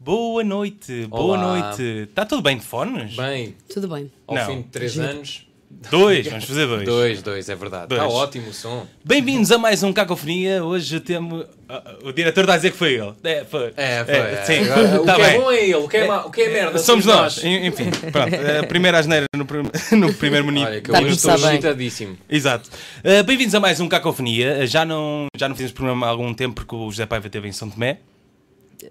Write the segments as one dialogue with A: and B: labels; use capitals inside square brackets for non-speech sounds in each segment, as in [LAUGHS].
A: Boa noite, boa
B: Olá.
A: noite. Está tudo bem de fones?
B: Bem,
C: Tudo bem.
B: ao
A: Não.
B: fim de 3 anos.
A: Dois, vamos fazer dois.
B: Dois, dois, é verdade.
A: Dois.
B: Está ótimo o som.
A: Bem-vindos a mais um Cacofonia. Hoje temos. ah, o diretor está a dizer que foi ele. É, foi.
B: É, foi. é.
A: sim,
B: Agora,
A: [LAUGHS]
B: o
A: está
B: que
A: bem.
B: é bom é ele, o que é, ma- o que é merda.
A: Somos nós. En- Enfim, pronto. Eh, primeira asneira no, prim- [LAUGHS] no primeiro menino.
B: Olha, que
C: Tá
B: hoje estou
C: começar bem.
B: excitadíssimo.
A: Exato. Eh, Bem-vindos a mais um Cacofonia. Eh, Já não, já não fizemos programa há algum tempo porque o José Paiva esteve em São Tomé.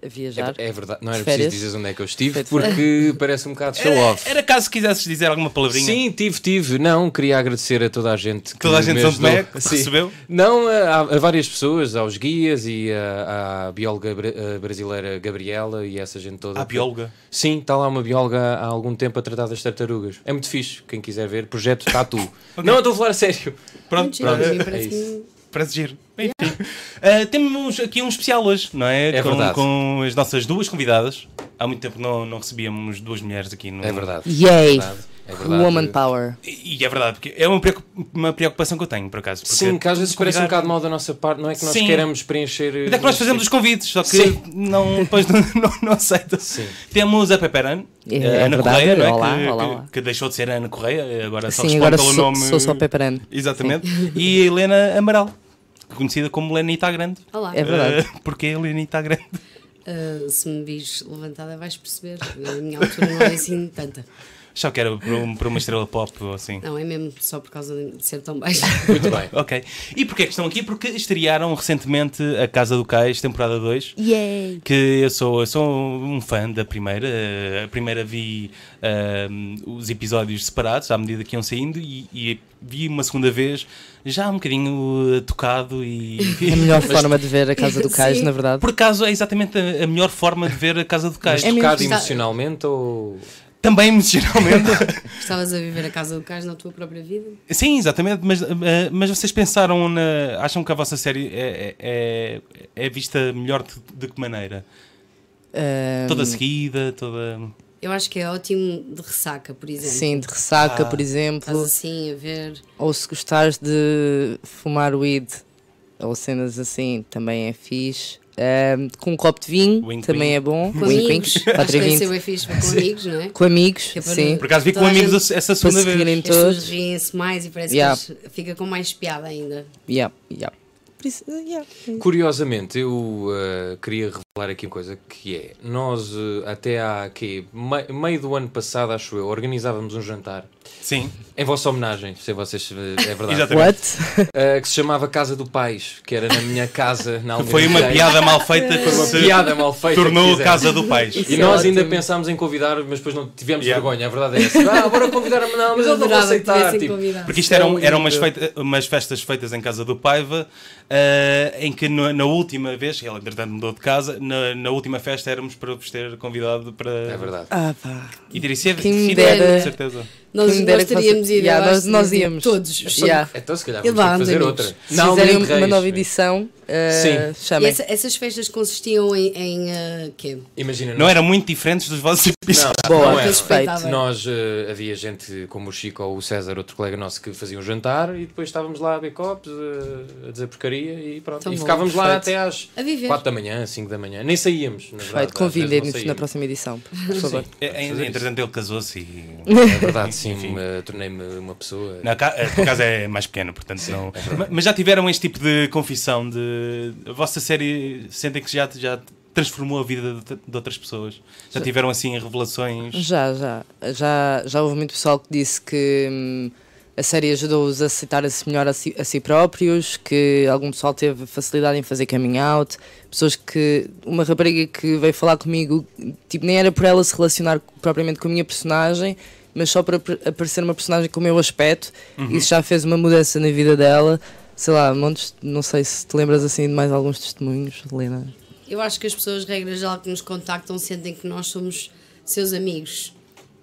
C: A
B: É,
C: viajar.
B: é verdade, não era preciso
C: Tá. De férias.
B: dizer onde é que eu estive,
C: Feito.
B: porque [LAUGHS] parece um bocado
A: É.
B: show off.
A: Era caso quisesses dizer alguma palavrinha.
B: Sim, tive, tive. Não, queria agradecer a toda a gente que
A: Toda a gente de
B: me
A: São Tomé
B: ajudou.
A: que
B: [LAUGHS] Sim.
A: recebeu.
B: Não, a, a várias pessoas, aos guias e a- à bióloga bra- a brasileira Gabriela e essa gente toda.
A: À bióloga.
B: Sim, está lá uma bióloga há algum tempo a tratar das tartarugas. É muito fixe, quem quiser ver. Projeto
A: [LAUGHS]
B: Tatu. Não, eu estou a falar a sério.
A: Pronto,
C: Mentira,
A: pronto.
C: a mim
B: é
C: parece-me-
A: Parece giro. Enfim. Ah, temos aqui um especial hoje, não é?
B: É
A: com,
B: verdade.
A: com as nossas duas convidadas. Há muito tempo não, não recebíamos duas mulheres aqui no.
B: É verdade.
C: Yay!
B: É verdade.
C: Woman Power.
A: E e é verdade, porque é uma preocu- uma preocupação que eu tenho, por acaso. porque
B: Sim, que às vezes parece um
A: convidar-
B: bocado mal da nossa parte, não é que nós
A: Sim.
B: queiramos preencher. eh,
A: Até que nós fazemos os convites, só que
B: Sim.
A: não, depois não, [LAUGHS] não, não aceita.
B: Sim.
A: Temos a Peperan,
C: É, é
A: Ana
C: verdade,
A: Correia, não é?
C: olá,
A: que,
C: olá,
A: que-
C: olá.
A: que deixou de ser Ana Correia, eh, agora É só
C: Sim,
A: responde
C: agora
A: pelo
C: sou,
A: nome.
C: sou só Pepperano.
A: Exatamente. E a Helena Amaral, conhecida como Lenita Grande.
D: Olá.
C: É verdade.
A: Ah, porque a Lenita Grande.
D: Ah, se me vis levantada, vais perceber. A minha altura não é assim tanta.
A: Achava que era para um- para uma estrela pop ou assim.
D: Não, é mesmo só por causa de ser tão baixa. [LAUGHS]
B: Muito bem.
A: Ok. E porquê é que estão aqui? Porque estrearam recentemente a Casa do Cais, temporada 2.
C: Yay!
A: Que eu sou, eu sou um fã da primeira. Eh, A primeira vi ah, os episódios separados à medida que iam saindo e, e vi uma segunda vez já um bocadinho eh, tocado e.
C: É
A: [LAUGHS]
C: a melhor forma de ver a Casa do Cais,
D: Sim.
C: na verdade.
A: Por acaso é exatamente a, a melhor forma de ver a Casa do Cais.
B: Mas
C: É mesmo,
B: tocado
C: está-
B: emocionalmente ou.
A: Também emocionalmente.
D: Estavas a viver a casa do cais na tua própria vida?
A: Sim, exatamente, mas, eh, mas vocês pensaram na. Acham que a vossa série é, é, é- é vista melhor de, de que maneira?
C: Ah,
B: Hum.
A: Toda seguida, toda.
D: Eu acho que é ótimo de ressaca, por exemplo.
C: Sim, de ressaca, por
D: Estás
C: exemplo.
D: assim a ver.
C: Ou se gostares de fumar weed ou cenas assim, também é fixe. Ah, com um copo de vinho
A: Wink,
C: também
A: wink.
C: é bom.
D: Com
C: Wink,
D: amigos.
C: wink.
D: Acho que
C: Patrick
D: vai
C: Wink.
D: ser bem fixe com amigos, não é?
C: Com amigos,
D: Que é para-
C: sim.
A: Por acaso vi com
D: Toda a
A: amigos
D: gente-
A: essa
C: Para
A: segunda
C: se rirem
A: vez.
D: As pessoas
C: todos.
D: riem-se mais e parece
C: Yeah.
D: que eles- fica com mais piada ainda.
C: Yeah, yeah. Por isso, yeah.
B: Curiosamente, eu uh, queria revelar aqui uma coisa que é: nós uh, até há que me- meio do ano passado, acho eu, organizávamos um jantar
A: Sim,
B: em vossa homenagem, se vocês uh, é verdade,
A: Exatamente.
C: What?
B: uh, que se chamava Casa do Pais, que era na minha casa
A: [LAUGHS]
B: na
A: que
B: Almeida.
A: foi uma
B: Velha.
A: piada mal feita que
B: Foi uma
A: se
B: piada mal feita. que
A: tornou a
B: fizeram.
A: Casa do Pais.
B: E
C: é
B: nós ainda
C: ótimo.
B: pensámos em convidar, mas depois não tivemos
A: Yeah.
B: vergonha, a verdade é essa. Ah, bora convidar, mas não, mas eu não vou
D: adorava que
B: aceitar.
D: tivessem
B: Tipo,
D: convidado.
A: Porque isto eram, eram umas,
B: horrível.
A: feita- umas festas feitas em casa do Paiva, eh, em que na, na última vez, ele entretanto mudou de casa, na, na última festa éramos para vos ter convidado para.
B: é verdade.
C: Ah, pá.
A: E teria sido,
C: Quem me
A: sido,
C: dera.
A: de certeza.
D: Nós,
C: me dera
D: nós
C: que fosse-
D: teríamos ido.
C: Yeah,
D: eu
C: nós-
D: acho,
C: nós
D: tipo,
C: íamos.
D: Todos. os cinco.
C: Yeah.
B: Então, se calhar,
D: E
B: vamos ter
D: lá,
B: que fazer
D: António,
B: outra.
C: Se é fizerem
B: Almeida
C: uma
B: Reis.
C: nova edição, uh,
D: E
C: chamem.
D: essa- é essas festas consistiam em. em ah, quê?
B: Imagina,
A: Não é eram muito diferentes dos vossos episódios.
C: Boa,
B: não é. era.
C: respeito.
D: Respeitava.
B: Nós eh, havia gente como o Chico ou o César, outro colega nosso, que fazia um jantar e depois estávamos lá a beber copos, eh, a dizer porcaria e pronto.
D: Tão
B: e
D: bom,
B: ficávamos lá
C: perfeito.
B: até às
D: A viver.
B: 4 da manhã, 5 da manhã. Nem saíamos, na verdade. às
C: Perfeito,
B: vezes não
C: convidem-nos na
B: saíamos.
C: próxima edição, por favor.
A: É, é, Entretanto, ele casou-se e. [LAUGHS]
B: É verdade, sim, eh, tornei-me uma pessoa.
A: Não, ca- eh, por acaso é mais pequeno, portanto não. Ma- Mas já tiveram este tipo de confissão de. A vossa série sentem que já, já transformou a vida de, de outras pessoas? Já tiveram assim revelações?
C: Já, já. Já, já houve muito pessoal que disse que hum, a série ajudou-os a aceitar-se melhor a si, a si próprios, que algum pessoal teve facilidade em fazer coming out, pessoas que. Uma rapariga que veio falar comigo, tipo, nem era por ela se relacionar propriamente com a minha personagem, mas só para ap- aparecer uma personagem com o meu aspecto, isso já fez uma mudança na vida dela. Sei lá, montes, não sei se te lembras assim de mais alguns testemunhos, Helena.
D: Eu acho que as pessoas, regra geral, que nos contactam sentem que nós somos seus amigos.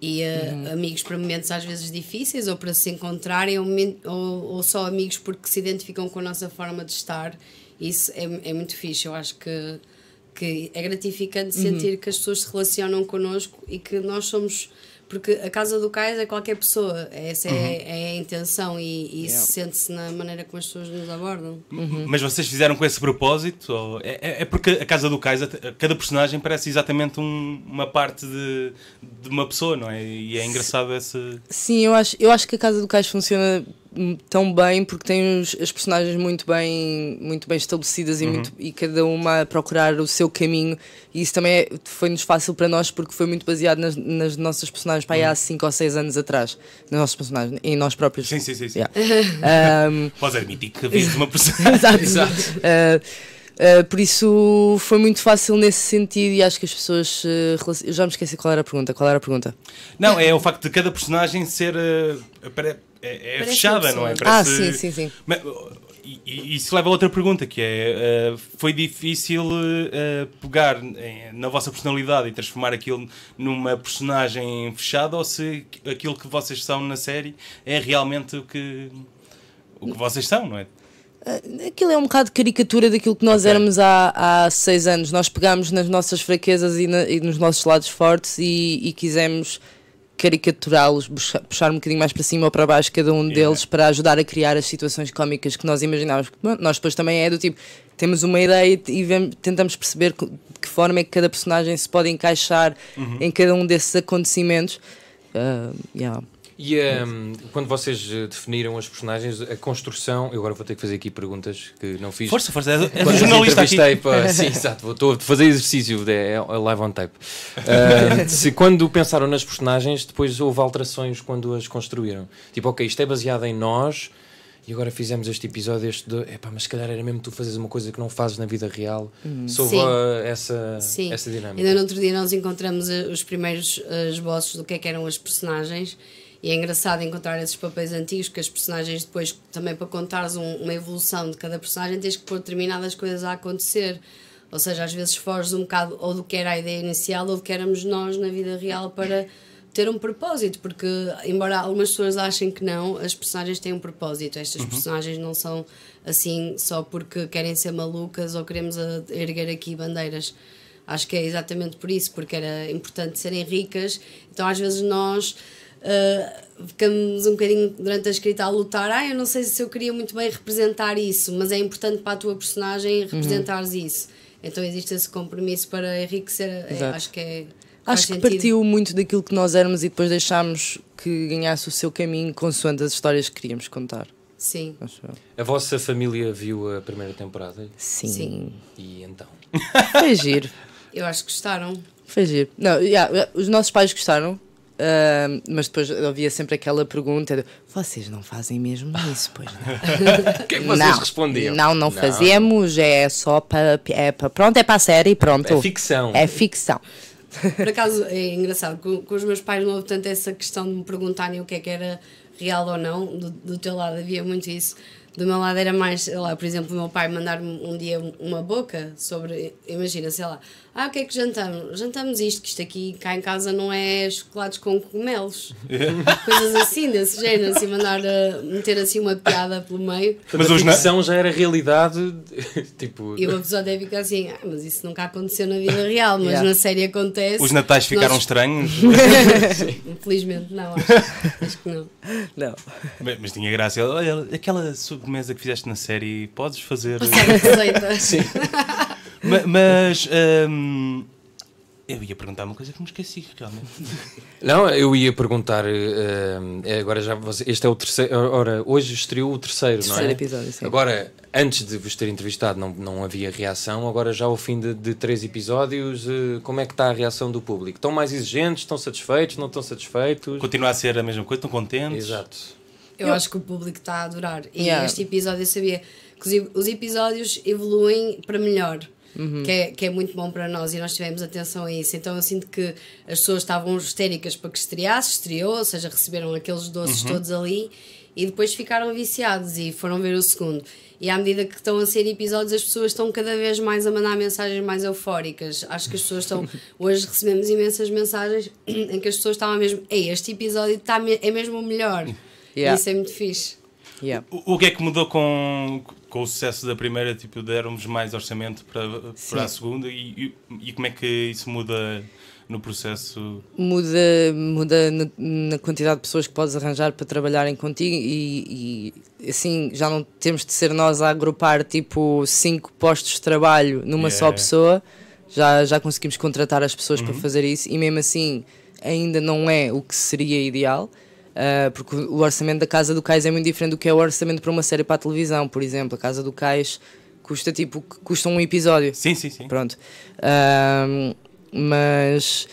D: E eh, amigos para momentos às vezes difíceis ou para se encontrarem, ou, men- ou- ou só amigos porque se identificam com a nossa forma de estar. Isso é, é muito fixe. Eu acho que, que é gratificante sentir que as pessoas se relacionam connosco e que nós somos. Porque a casa do cais é qualquer pessoa, essa é, é a intenção e, e
C: Yeah.
D: isso sente-se na maneira como as pessoas nos abordam.
A: Mas vocês fizeram com esse propósito? Ou- É, é- é porque a Casa do Cais, até- cada personagem parece exatamente um- uma parte de, de uma pessoa, não é? E é engraçado esse.
C: Sim, eu acho, eu acho que a Casa do Cais funciona hum, tão bem porque tem os, as personagens muito bem, muito bem estabelecidas e,
A: Uhum.
C: muito, e cada uma a procurar o seu caminho. E isso também é- foi-nos fácil para nós porque foi muito baseado nas, nas nossas personagens para aí
A: Uhum.
C: há 5 ou 6 anos atrás. Nas nossas personagens, em nós próprios.
A: Sim, sim, sim. sim.
C: Yeah.
A: [LAUGHS] Podes admitir que havia uma personagem.
C: Exato. Uh, uh, por isso foi muito fácil nesse sentido e acho que as pessoas. uh, relacion- eu já me esqueci qual era a pergunta. Qual era a pergunta?
A: não, é o facto de cada personagem ser. eh, pare- é, é
D: Parece uma
A: fechada,
D: pessoa.
A: não é?
C: Ah, sim, sim, sim.
A: Mas, oh, e- e isso leva a outra pergunta que é eh, foi difícil eh, pegar em- na vossa personalidade e transformar aquilo numa personagem fechada ou se aquilo que vocês são na série é realmente o que o que vocês são não é
C: Aquilo é um bocado caricatura daquilo que nós
A: Ok.
C: éramos há, há seis anos. Nós pegámos nas nossas fraquezas e, na- e nos nossos lados fortes e, e quisemos caricaturá-los, busca- puxar um bocadinho mais para cima ou para baixo cada um deles para ajudar a criar as situações cómicas que nós imaginávamos. Porque, bom, Nós depois também é do tipo, temos uma ideia e- e vem- tentamos perceber co- de que forma é que cada personagem se pode encaixar em cada um desses acontecimentos. Ah, yeah.
B: E ehm, quando vocês eh, definiram as personagens, a construção. Eu agora vou ter que fazer aqui perguntas que não fiz.
A: força força és, és
B: Quando
A: um
B: os
A: jornalista aqui
B: entrevistei para- Sim, exato, vou- estou a fazer exercício, é, é live on tape. Ah, se, quando pensaram nas personagens, depois houve alterações quando as construíram. Tipo, ok, isto é baseado em nós e agora fizemos este episódio. Este do... Epá, mas se calhar era mesmo tu fazes uma coisa que não fazes na vida real. Só
D: Sim.
B: essa,
D: Sim.
B: essa dinâmica.
D: Ainda no outro dia nós encontramos eh, os primeiros eh, esboços do que é que eram as personagens e é engraçado encontrar esses papéis antigos que as personagens depois também para contares um- uma evolução de cada personagem tens que pôr determinadas coisas a acontecer. Ou seja, às vezes foges um bocado ou do que era a ideia inicial ou do que éramos nós na vida real para ter um propósito, porque embora algumas pessoas achem que não, as personagens têm um propósito.
B: Uhum.
D: Estas personagens não são assim só porque querem ser malucas ou queremos ah, erguer aqui bandeiras. Acho que é exatamente por isso, porque era importante serem ricas. Então, às vezes, nós ah, ficamos um bocadinho durante a escrita a lutar. Ah, eu não sei se eu queria muito bem representar isso, mas é importante para a tua
C: Uhum.
D: personagem representares isso. Então, existe esse compromisso para enriquecer. É,
C: Exato.
D: acho que é. faz
C: Acho que
D: sentido.
C: partiu muito daquilo que nós éramos e depois deixámos que ganhasse o seu caminho consoante as histórias que queríamos contar.
D: Sim.
C: acho eu.
B: A vossa família viu a primeira temporada
C: Sim.
D: Sim.
B: e então.
C: Foi giro.
D: Eu acho que gostaram.
C: Foi giro. Não, yeah, os nossos pais gostaram, ahm, mas depois havia sempre aquela pergunta: de, vocês não fazem mesmo isso, pois não?
B: O que é que [LAUGHS] vocês
C: não,
B: respondiam?
C: Não, não fazemos, é só para. É pa- pronto, é para a série, pronto.
B: É ficção.
C: É ficção.
D: Por acaso é engraçado, com, com os meus pais não houve tanto essa questão de me perguntarem o que é que era real ou não. Do, do teu lado havia muito isso. Do meu lado era mais, sei lá, por exemplo, o meu pai mandar-me um dia uma boca sobre, imagina, sei lá, ah, o que é que jantamos? Jantamos isto, que isto aqui cá em casa não é chocolates
A: [LAUGHS]
D: com cogumelos. Coisas assim, desse género, assim, mandar, uh, meter assim uma piada pelo meio.
A: Mas
B: Mas a
A: hoje não-
B: ficção já era realidade. [LAUGHS] tipo.
D: E uma pessoa deve ficar assim, ah, mas isso nunca aconteceu na vida real, mas
C: Yeah.
D: na série acontece.
A: os natais ficaram
D: Nós-
A: estranhos
D: Infelizmente não, acho, acho que não.
C: Não.
A: mas, mas tinha graça Olha, aquela sobremesa que fizeste na série podes fazer
D: Segue a receita.
A: Ma- mas hum, eu ia perguntar uma coisa que me esqueci realmente
B: Não, eu ia perguntar. eh, eh, agora já. você- Este é o terceiro. Ora, hoje estreou o terceiro, não
C: Terceiro
B: é?
C: episódio, sim.
B: Agora, antes de vos ter entrevistado, não, não havia reação. Agora, já ao fim de, de três episódios, eh, como é que está a reação do público? Estão mais exigentes? Estão satisfeitos? Não estão satisfeitos?
A: continua a ser a mesma coisa, estão contentes.
B: Exato.
D: Eu, acho que o público está a adorar. E
C: Yeah.
D: este episódio eu sabia que os, e- os episódios evoluem para melhor. Que, é, que é muito bom para nós e nós tivemos atenção a isso. Então eu sinto que as pessoas estavam histéricas para que estreasse, estreou, ou seja, receberam aqueles doces todos ali e depois ficaram viciados e foram ver o segundo. E à medida que estão a ser episódios, as pessoas estão cada vez mais a mandar mensagens mais eufóricas. Acho que as pessoas estão. Hoje recebemos imensas mensagens tá em que as pessoas estavam mesmo. Ei, este episódio está me- é mesmo o melhor.
C: Yeah.
D: Isso é muito fixe.
C: Yeah.
A: O, o que é que mudou com, com o sucesso da primeira? Tipo, deram-vos mais orçamento para,
C: Sim.
A: para a segunda e, e, e como é que isso muda no processo?
C: Muda, muda na, na quantidade de pessoas que podes arranjar para trabalharem contigo e, e, assim já não temos de ser nós a agrupar tipo cinco postos de trabalho numa só
A: Yeah.
C: pessoa. Já, já conseguimos contratar as pessoas para fazer isso e mesmo assim ainda não é o que seria ideal. ah, porque o orçamento da Casa do Cais é muito diferente do que é o orçamento para uma série para a televisão, por exemplo. A Casa do Cais custa tipo o que custa um episódio.
A: Sim, sim, sim.
C: Pronto. Ahm, mas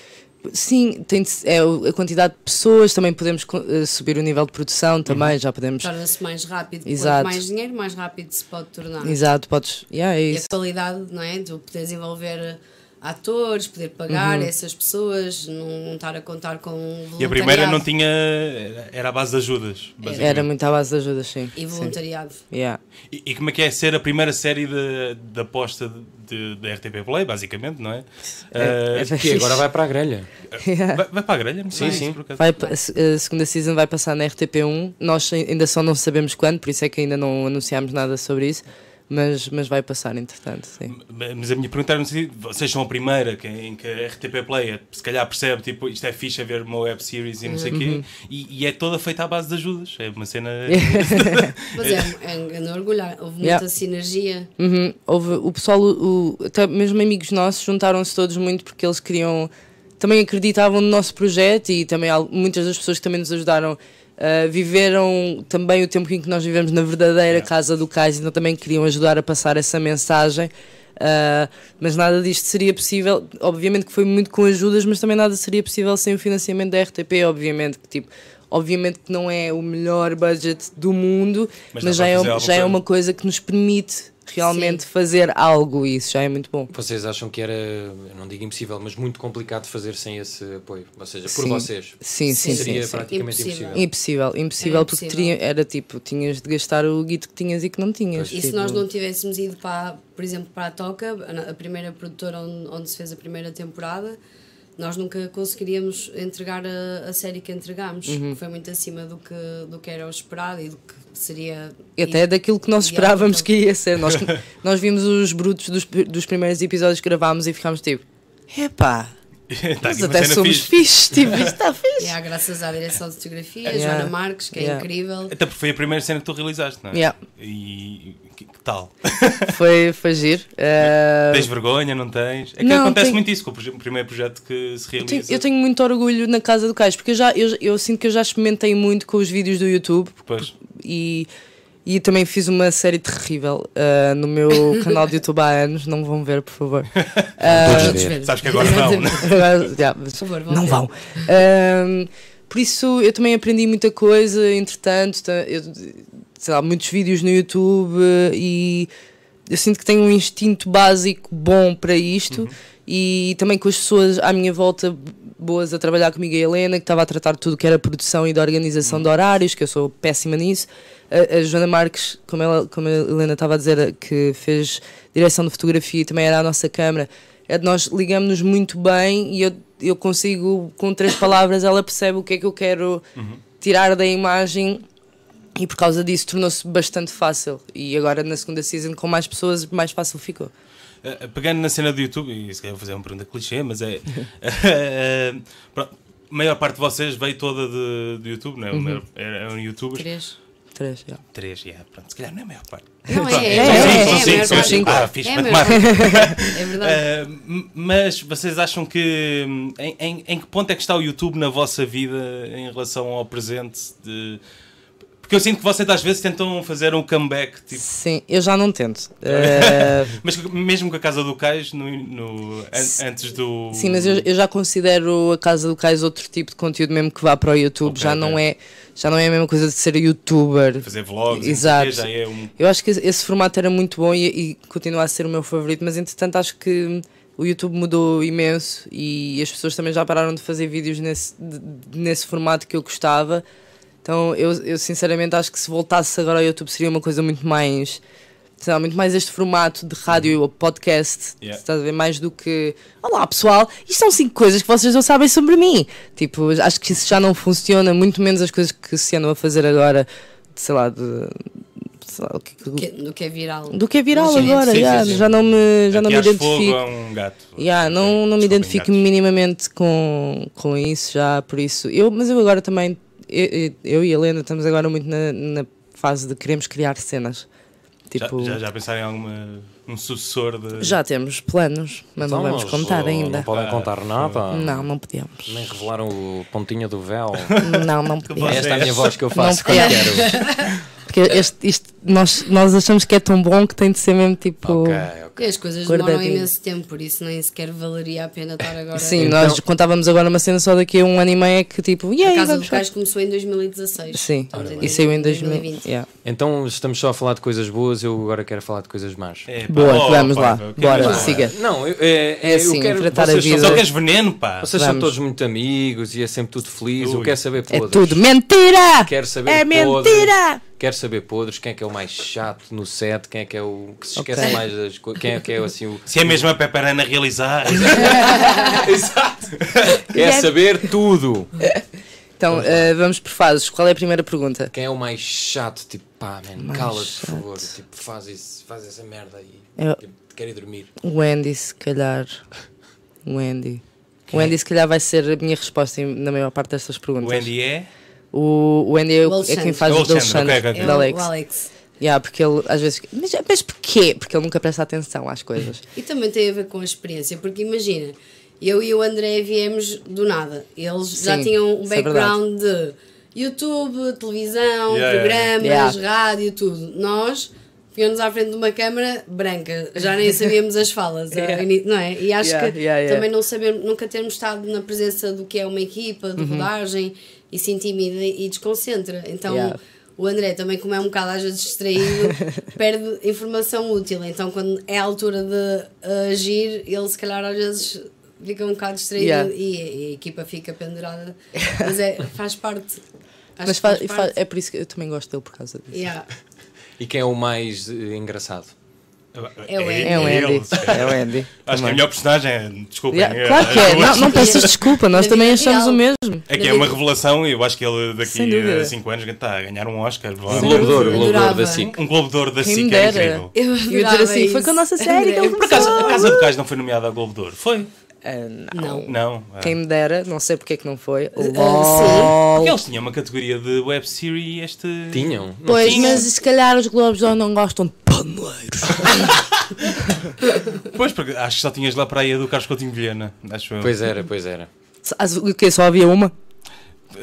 C: sim, tem de, é o- a quantidade de pessoas, também podemos co- eh, subir o nível de
A: Uhum.
C: produção, também já podemos.
D: Torna-se mais rápido.
C: Exato.
D: Quanto mais dinheiro, mais rápido se pode tornar.
C: Exato, podes. Yeah, é
D: E a
C: isso.
D: qualidade, não é? De poderes envolver eh, atores, poder
C: Uhum.
D: pagar essas pessoas, não, não estar a contar com
A: E a primeira
D: voluntariado
A: não tinha. era- Era a base de ajudas, basicamente.
C: Era muito à base de ajuda, sim.
D: E
B: [LAUGHS]
C: sim.
D: voluntariado.
C: Yeah.
A: E, e como é que é ser a primeira série da da aposta de- da RTP Play, basicamente, não é?
C: É-
A: Ah,
C: é- [LAUGHS]
B: Que agora vai para a grelha.
A: vai, vai para a grelha, não sei
B: Sim,
A: se
B: sim.
A: por acaso.
C: Vai, pa- a se- a segunda season vai passar na RTP1. Nós ai- ainda só não sabemos quando, por isso é que ainda não anunciámos nada sobre isso. Mas, mas vai passar, entretanto, sim.
A: Mas a minha pergunta era no sentido, vocês são a primeira que, em que a RTP Play eh, se calhar percebe, tipo, isto é fixe a ver uma web series e não sei o
C: Uhum.
A: quê, e, e é toda feita à base de ajudas. É uma
C: [LAUGHS]
A: cena.
D: Pois é, é um grande orgulho. Houve
C: Yeah.
D: muita sinergia.
C: Uhum. Houve, o pessoal, o, o- até mesmo amigos nossos, juntaram-se todos muito porque eles queriam. Também acreditavam no nosso projeto e também al- muitas das pessoas que também nos ajudaram ah, viveram também o tempo em que nós vivemos na
A: É.
C: verdadeira casa do cais, então também queriam ajudar a passar essa mensagem. Ah, mas nada disto seria possível, obviamente que foi muito com ajudas, mas também nada seria possível sem o financiamento da RTP, obviamente que tipo, obviamente que não é o melhor budget do mundo,
A: Mas
C: mas,
A: dá
C: já,
A: para fazer
C: é,
A: alguma
C: já é
A: coisa.
C: uma coisa que nos permite realmente fazer algo e isso já é muito bom.
B: Vocês acham que era, eu não digo impossível, mas muito complicado fazer sem esse apoio? Ou seja, por
C: Sim.
B: vocês.
C: Sim, sim,
B: Seria
C: sim. sim.
B: praticamente
D: Impossível.
B: impossível.
C: Impossível, impossível,
D: Era
C: porque
D: É impossível.
C: teria- era tipo, tinhas de gastar o guito que tinhas e que não tinhas.
D: E se
C: tipo,
D: nós não tivéssemos ido, para, por exemplo, para a Toca, a na- a primeira produtora onde, onde se fez a primeira temporada, nós nunca conseguiríamos entregar a, a série que entregámos.
C: Uhum.
D: Foi muito acima do que, do que era o esperado e do que seria.
C: E até daquilo que nós
D: e- é
C: esperávamos que ia
A: [LAUGHS]
C: ser. Nós, nós vimos os brutos dos, dos primeiros episódios que gravámos e ficámos tipo, epá,
A: Está
C: nós
A: Tá aqui uma
C: até
A: cena
C: somos
A: fixe.
C: fixe, tipo, isto
D: [LAUGHS]
C: está fixe.
D: E há graças à direção de fotografia,
C: Yeah.
D: Joana Marques, que é
C: Yeah.
D: incrível.
A: Até porque foi a primeira cena que tu realizaste, não é?
C: Yeah.
A: E que, que tal?
C: Foi, foi giro. Ah,
A: tens vergonha, não tens? É que
C: não,
A: acontece
C: tenho-
A: muito isso com o proje- o primeiro projeto que se
C: Eu tenho,
A: realiza.
C: eu tenho muito orgulho na Casa do Cais, porque eu, já, eu, eu sinto que eu já experimentei muito com os vídeos do YouTube
A: Pois.
C: e, e também fiz uma série terrível ah,
D: [LAUGHS]
C: no meu canal de YouTube há anos. Não vão ver, por favor.
A: É
D: Todos verdes.
A: Sabes que agora não, né?
C: [LAUGHS] Agora, já, mas
D: favor, vão
C: não
D: ver.
C: vão. Ahm, por isso, eu também aprendi muita coisa, entretanto, ta- eu, sei lá, muitos vídeos no YouTube eh, e eu sinto que tenho um instinto básico bom para isto e também com as pessoas à minha volta boas a trabalhar comigo, a Helena, que estava a tratar de tudo que era produção e da organização de horários, que eu sou péssima nisso. A, a Joana Marques, como, ela, como a Helena estava a dizer, que fez direção de fotografia e também era a nossa câmara, é de nós ligamos-nos muito bem e eu, eu consigo, com três palavras, ela percebe o que é que eu quero tirar da imagem e por causa disso tornou-se bastante fácil. E agora na segunda season, com mais pessoas, mais fácil ficou.
A: Uh, uh, Pegando na cena do YouTube, e se calhar vou fazer uma pergunta clichê, mas
C: [LAUGHS]
A: é. [LAUGHS] uh, pronto, a maior parte de vocês veio toda de, do YouTube,
C: Uhum.
A: não é? O maior- É, é um youtuber. [LAUGHS]
D: Três.
C: Três, já.
A: Três, yeah, pronto, se calhar não é a maior parte.
D: Não, é, é,
A: São
C: é,
A: cinco,
C: é,
A: são
C: é,
A: cinco,
C: é,
A: são cinco.
C: é, é,
A: Ah, fiz
D: é,
A: matemática.
D: É verdade.
A: Uh, m- mas vocês acham que. hum, Em, em, em que ponto é que está o YouTube na vossa vida em relação ao presente? De... Porque eu sinto que vocês às vezes tentam fazer um comeback, tipo.
C: Sim, eu já não
A: [LAUGHS]
C: tento. Eh,
A: Mas que- mesmo com a Casa do Cais, no, no- an- antes do.
C: Sim, mas eu, eu já considero a Casa do Cais outro tipo de conteúdo mesmo que vá para o YouTube.
A: Ok,
C: já,
A: ok.
C: Não é, já não é a mesma coisa de ser youtuber.
A: Fazer vlogs, e não sei o quê,
C: Exato.
A: já é um.
C: Eu acho que esse- esse formato era muito bom e, e continua a ser o meu favorito, mas entretanto acho que hum, o YouTube mudou imenso e as pessoas também já pararam de fazer vídeos nesse, de- de- nesse formato que eu gostava. Então eu, eu sinceramente acho que se voltasse agora ao YouTube seria uma coisa muito mais. Sei lá, muito mais este formato de rádio ou podcast,
A: Yeah.
C: estás a ver? Mais do que Olá pessoal, isto são cinco coisas que vocês não sabem sobre mim. Tipo, acho que isso já não funciona, muito menos as coisas que se andam a fazer agora sei lá, de, sei lá, o que- do,
D: Que- do que é viral.
C: do que é viral
A: Sim,
C: agora,
A: sim,
C: já,
A: sim, sim.
C: já não me, já não me
A: Ateares fogo
C: identifico.
A: a um gato.
C: Yeah, não, não me
A: Desculpem,
C: identifico
A: gatos.
C: minimamente com, com isso já, por isso. Eu, mas eu agora também, eu, eu e a Helena estamos agora muito na, na fase de queremos criar cenas. Tipo,
A: Já, já, já pensaram em alguma, um sucessor de.
C: já temos planos, mas
B: Então,
C: não vamos
B: mas,
C: contar
B: oh,
C: ainda.
B: Não podem contar nada.
C: Não,
A: [LAUGHS]
C: não podíamos.
B: Nem revelaram o pontinho do véu.
C: [LAUGHS] Não, não
A: voz
C: podíamos.
B: Esta é a minha voz que eu
C: Não
B: faço quando
C: quero.
B: quero.
C: Porque este, isto, nós, nós achamos que é tão bom que tem de ser mesmo [LAUGHS] tipo.
B: Ok, ok.
D: E as coisas demoram
C: Guardadinho.
D: imenso tempo, por isso nem sequer valeria a pena estar agora.
C: Sim, nós contávamos agora uma cena só daqui a um ano e meio que tipo. E
D: A
C: aí,
D: Casa
C: vamos
D: dos Cais começou em 2016.
C: Sim,
D: Estamos
C: e saiu em 2020.
D: 2020.
C: Yeah.
B: Então estamos só a falar de coisas boas, eu agora quero falar de coisas más.
A: É, pá,
C: Boa,
A: oh,
C: vamos
A: pá,
C: lá.
A: eu quero
C: Bora,
A: falar.
C: siga.
B: Não, eu, é,
C: É assim,
B: eu quero
C: enfrentar a
B: vocês são
A: Só
C: vida.
B: todos-
A: queres veneno, pá.
B: Vocês são
C: Vamos.
B: todos muito amigos e é sempre tudo feliz. Eu
A: Ui.
B: quero saber
C: É
B: podres.
C: tudo mentira!
B: Quero saber
C: é
B: podres.
C: mentira!
B: Quero saber podres, quem é que é o mais chato no set, quem é que é o que se esquece
C: Ok.
B: mais das coisas, quem é que é assim o.
A: Se é mesmo a Peperana realizar.
B: Exato! Quer
C: é-
B: saber tudo!
C: Então, eh, vamos por fases. Qual é a primeira pergunta?
B: Quem é o mais chato? Tipo, pá, man,
C: Mais
B: cala-te, por favor.
C: chato.
B: Tipo, faz, isso, faz essa merda aí.
C: Eu-
B: Tipo, quero ir dormir.
C: O Andy, se calhar. O Andy. O Andy, se calhar, vai ser a minha resposta em- na maior parte destas perguntas.
A: o Andy é.
C: O, o Andy é, o-
D: O
C: é quem
D: Alexandre.
C: faz
A: É o
C: o do
A: Alexandre,
C: Alexandre,
A: ok, ok,
D: É
A: ok.
C: da
D: o- o
C: Alex.
D: Alex.
C: Yeah, porque ele às vezes. fica, Mas, mas porquê? Porque ele nunca presta atenção às coisas.
D: E também tem a ver com a experiência, porque imagina, eu e o André viemos do nada. Eles já
C: Sim,
D: tinham um
C: isso é
D: background de YouTube, televisão,
A: Yeah,
D: programas,
C: yeah.
D: rádio, tudo. Nós viemos à frente de uma câmara branca, já nem sabíamos as falas, eh,
C: Yeah.
D: ini- não é? E acho
C: Yeah,
D: que
C: yeah, yeah.
D: também não saber, nunca termos estado na presença do que é uma equipa,
C: Uhum.
D: de rodagem, isso intimida e desconcentra. Então.
C: Yeah.
D: O André também, como é um bocado às vezes
C: [LAUGHS]
D: distraído, perde informação útil. Então, quando é a altura de uh, agir, ele se calhar às vezes fica um bocado distraído
C: Yeah.
D: e, e a equipa fica
C: [LAUGHS]
D: pendurada. Mas é, faz parte. Acho
C: mas
D: que
C: fa-
D: faz
C: fa-
D: parte.
C: é por isso que eu também gosto dele por causa disso.
D: Yeah.
B: E quem é o mais eh, engraçado?
D: É o Andy.
C: É o
A: ele,
C: Andy.
A: se calhar.
C: É o Andy.
A: Acho que a
C: também.
A: melhor personagem é. Desculpem.
C: Yeah, claro que é, não, não peças desculpa, nós
D: Na
C: também
D: vida
C: achamos o
D: real.
C: mesmo.
A: É que é uma revelação e eu acho que ele
C: Sem
A: daqui
C: dúvida.
A: a 5 anos está a ganhar um Oscar.
B: O
A: provavelmente.
B: Globo de Ouro, o Globo de Ouro
D: Adorava.
B: da SIC.
A: Um Globo de Ouro da
C: Quem
A: SIC é
C: dera.
A: incrível.
D: Eu
C: E eu dizer
D: adorava
C: assim, foi
D: isso.
C: com a nossa série que ele
A: Por acaso, a Casa do Cais não foi nomeada a Globo de Ouro? Foi?
C: Ah, não.
D: Não.
A: Não. ah.
C: Quem me dera, não sei porque é que não foi.
D: Ah,
A: Porque eles tinham uma categoria de web series este.
B: Tinham? Não
C: Pois,
A: Sim.
C: mas se calhar os Globos de Ouro não gostam de [LAUGHS] paneiros.
A: Pois, porque acho que só tinhas lá para aí a do Carlos Coutinho Vilhena. Acho eu.
B: Pois era, pois era.
C: As- O que Só havia uma?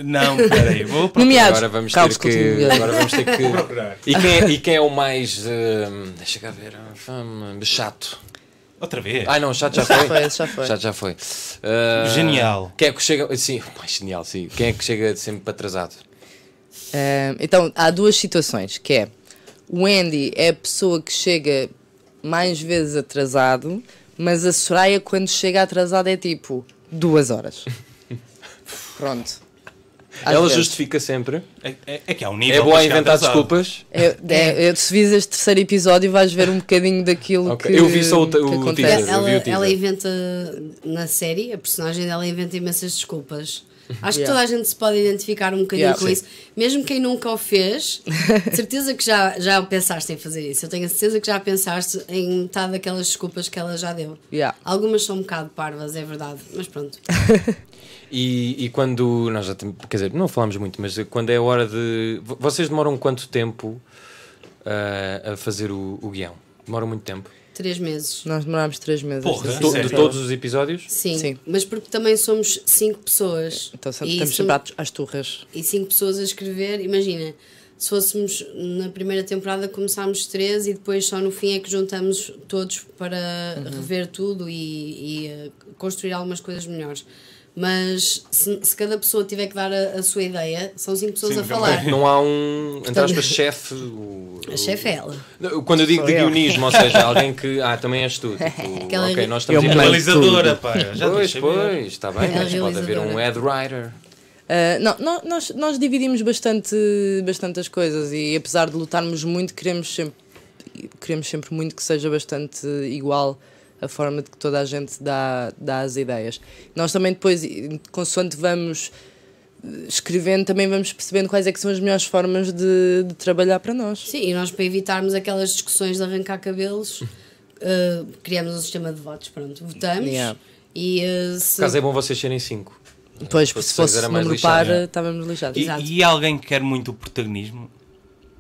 A: Não, peraí,
C: [LAUGHS]
A: vou procurar.
C: Nomeados.
B: Agora vamos
C: Carlos
B: ter que.
C: Coutinho.
B: Agora vamos ter que.
A: procurar.
B: E quem, é, e quem é o mais. eh, deixa cá ver. hum, chato.
A: Outra vez.
B: Ai não, chato já foi.
C: foi, esse já foi.
B: Chato já foi. Ah,
A: Genial.
B: Quem é que chega. Sim, [LAUGHS] o mais genial, sim. Quem é que chega sempre atrasado?
C: Ah, então, há duas situações, que é o Andy é a pessoa que chega mais vezes atrasado, mas a Soraya quando chega atrasada é tipo
B: [LAUGHS]
C: duas horas. Pronto. Às
B: Ela
C: vezes.
B: justifica sempre.
A: É, é- é que há um nível.
B: É boa
A: para
B: a
A: chegar
B: inventar
A: atrasado.
B: desculpas.
C: É, é, é, se vis este terceiro episódio, vais ver um bocadinho daquilo
B: Ok,
C: que.
B: eu vi só o te-
C: que
B: o
C: acontece.
B: teaser. Eu
D: Ela,
B: vi o teaser.
D: ela inventa na série, a personagem dela inventa imensas desculpas. Acho que
C: Yeah.
D: toda a gente se pode identificar um bocadinho
C: Yeah.
D: com
C: Sim.
D: isso. Mesmo quem nunca o fez, de certeza que já, já pensaste em fazer isso. Eu tenho a certeza que já pensaste em metade daquelas desculpas que ela já deu.
C: Yeah.
D: Algumas são um bocado parvas, é verdade, mas pronto.
B: E, e quando. Nós já temos, quer dizer, não falámos muito, mas quando é a hora de. vo- Vocês demoram quanto tempo ah, a fazer o, o guião? Demoram muito tempo?
D: Três meses.
C: Nós demorámos três meses.
A: Porra,
C: assim,
B: To-
A: sério?
B: de todos os episódios?
D: Sim,
C: Sim.
D: mas porque também somos cinco pessoas.
C: Então sempre,
D: E
C: estamos
D: somos-
C: sempre às- às turras.
D: e cinco pessoas a escrever, imagina, se fôssemos na primeira temporada começámos três e depois só no fim é que juntamos todos para
A: Uhum.
D: rever tudo e, e, eh, construir algumas coisas melhores. Mas se, se cada pessoa tiver que dar a, a sua ideia, são cinco pessoas
A: Sim,
D: a falar.
B: Não há um. Entre aspas, chefe. o-
D: A chefe é ela.
B: Não, Quando eu digo de guionismo, ou seja, alguém que. Ah, também és tu. Tipo,
D: [LAUGHS] Aquela-
B: ok, nós estamos aqui-
C: Eu mando
A: Realizadora, pá. Já
B: Pois,
A: deixei ver.
B: pois, está bem,
D: É
B: mas pode haver um
D: realizadora.
B: head writer.
C: Ah, não, nó- nós, nós dividimos bastante, bastante as coisas e apesar de lutarmos muito, queremos sempre, queremos sempre muito que seja bastante igual a forma de que toda a gente dá, dá as ideias. Nós também depois, consoante vamos escrevendo também vamos percebendo quais é que são as melhores formas de, de trabalhar para nós.
D: Sim, e nós para evitarmos aquelas discussões de arrancar
A: [LAUGHS]
D: cabelos, eh, criamos um sistema de votos, pronto, votamos
C: Yeah.
D: e eh, se-
B: Por acaso é bom vocês serem cinco.
C: Pois, porque
B: Se
C: se
B: fosse
C: fosse
B: era mais
C: número
B: lixado,
C: par,
B: é.
C: estávamos lixados.
A: E,
D: Exato.
A: e alguém que quer muito o protagonismo?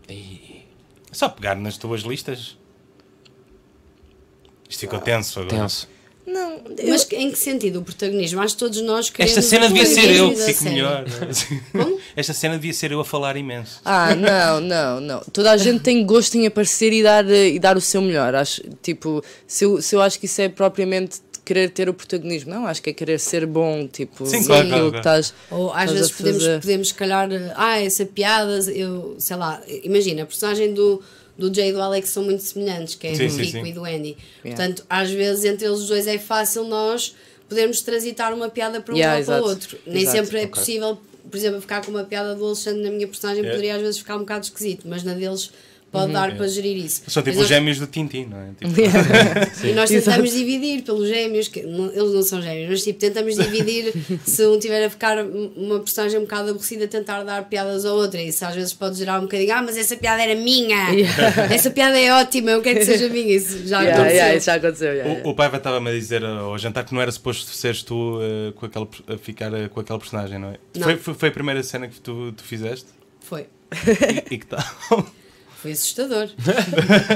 A: Ih, é Só pegar nas tuas listas. Isto ficou tenso agora.
B: Tenso.
C: Não,
D: Mas que- em que sentido o protagonismo? Acho que todos nós queremos
A: Esta cena
D: o
A: devia ser eu que
D: protagonismo da
A: fico
D: série.
A: melhor. [LAUGHS] Esta cena devia ser eu a falar imenso.
C: Ah, não, não, não. Toda a gente tem gosto em aparecer e dar, eh, e dar o seu melhor. Acho, tipo, se eu, se eu acho que isso é propriamente querer ter o protagonismo, não, acho que é querer ser bom, tipo,
A: Sim,
D: claro,
C: naquilo
A: claro,
C: que
A: claro.
C: estás.
D: Ou às
C: estás
D: vezes
C: a
D: podemos,
C: fazer.
D: podemos, se calhar, eh, ah, essa piada, eu sei lá, imagina, a personagem do, do Jay e do Alex são muito semelhantes, que é
A: Sim,
D: do
A: sim,
D: Kiko
A: sim.
D: e do Andy.
C: Yeah.
D: Portanto, às vezes entre eles dois é fácil nós podermos transitar uma piada para um
C: Yeah,
D: ou para o
C: exato.
D: outro. Nem
C: Exato.
D: sempre é possível, por exemplo, ficar com uma piada do Alexandre na minha personagem
A: Yeah.
D: poderia às vezes ficar um bocado esquisito, mas na deles pode dar para gerir isso.
A: Uhum. É. São tipo
D: Mas
A: os
D: nós-
A: gêmeos do Tintin, não é?
C: [LAUGHS]
A: Tipo,
D: e nós
C: Exato.
D: tentamos dividir pelos gêmeos, que não- eles não são gêmeos, mas tipo, tentamos
C: [LAUGHS]
D: dividir se um tiver a ficar um- uma personagem um bocado aborrecida, tentar dar piadas a outra. Isso às vezes pode gerar um bocadinho, ah, mas essa piada era minha, essa piada é ótima, eu
C: [LAUGHS]
D: quero que seja minha. Isso já
C: Yeah,
D: aconteceu.
C: yeah, isso já aconteceu.
D: É.
C: yeah, yeah.
A: O, o pai estava-me a dizer ao jantar que não era suposto seres tu eh, com aquele, per- a ficar eh, com aquele personagem, não é?
D: Não.
A: Foi, foi, foi a primeira cena que tu, tu fizeste?
D: Foi.
A: E, e que tal?
D: Foi assustador.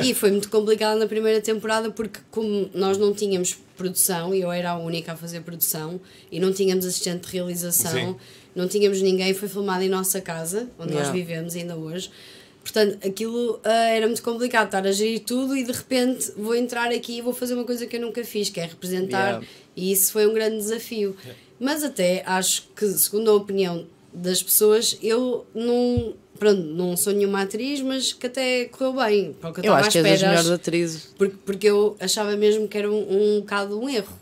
D: e foi muito complicado na primeira temporada porque como nós não tínhamos produção, e eu era a única a fazer produção, e não tínhamos assistente de realização,
A: Sim.
D: não tínhamos ninguém, foi filmado em nossa casa, onde nós
C: Yeah.
D: vivemos ainda hoje. Portanto, aquilo ah, era muito complicado, estar a gerir tudo e de repente vou entrar aqui e vou fazer uma coisa que eu nunca fiz, que é representar,
C: Yeah.
D: e isso foi um grande desafio. Mas até acho que, segundo a opinião das pessoas, eu não, pronto, não sou nenhuma atriz, mas que até correu bem, para o que eu
C: Eu
D: estava à
C: acho que és das
D: espera.
C: melhores
D: acho-
C: atrizes.
D: Porque, porque eu achava mesmo que era um, um bocado
B: [LAUGHS]
D: um erro.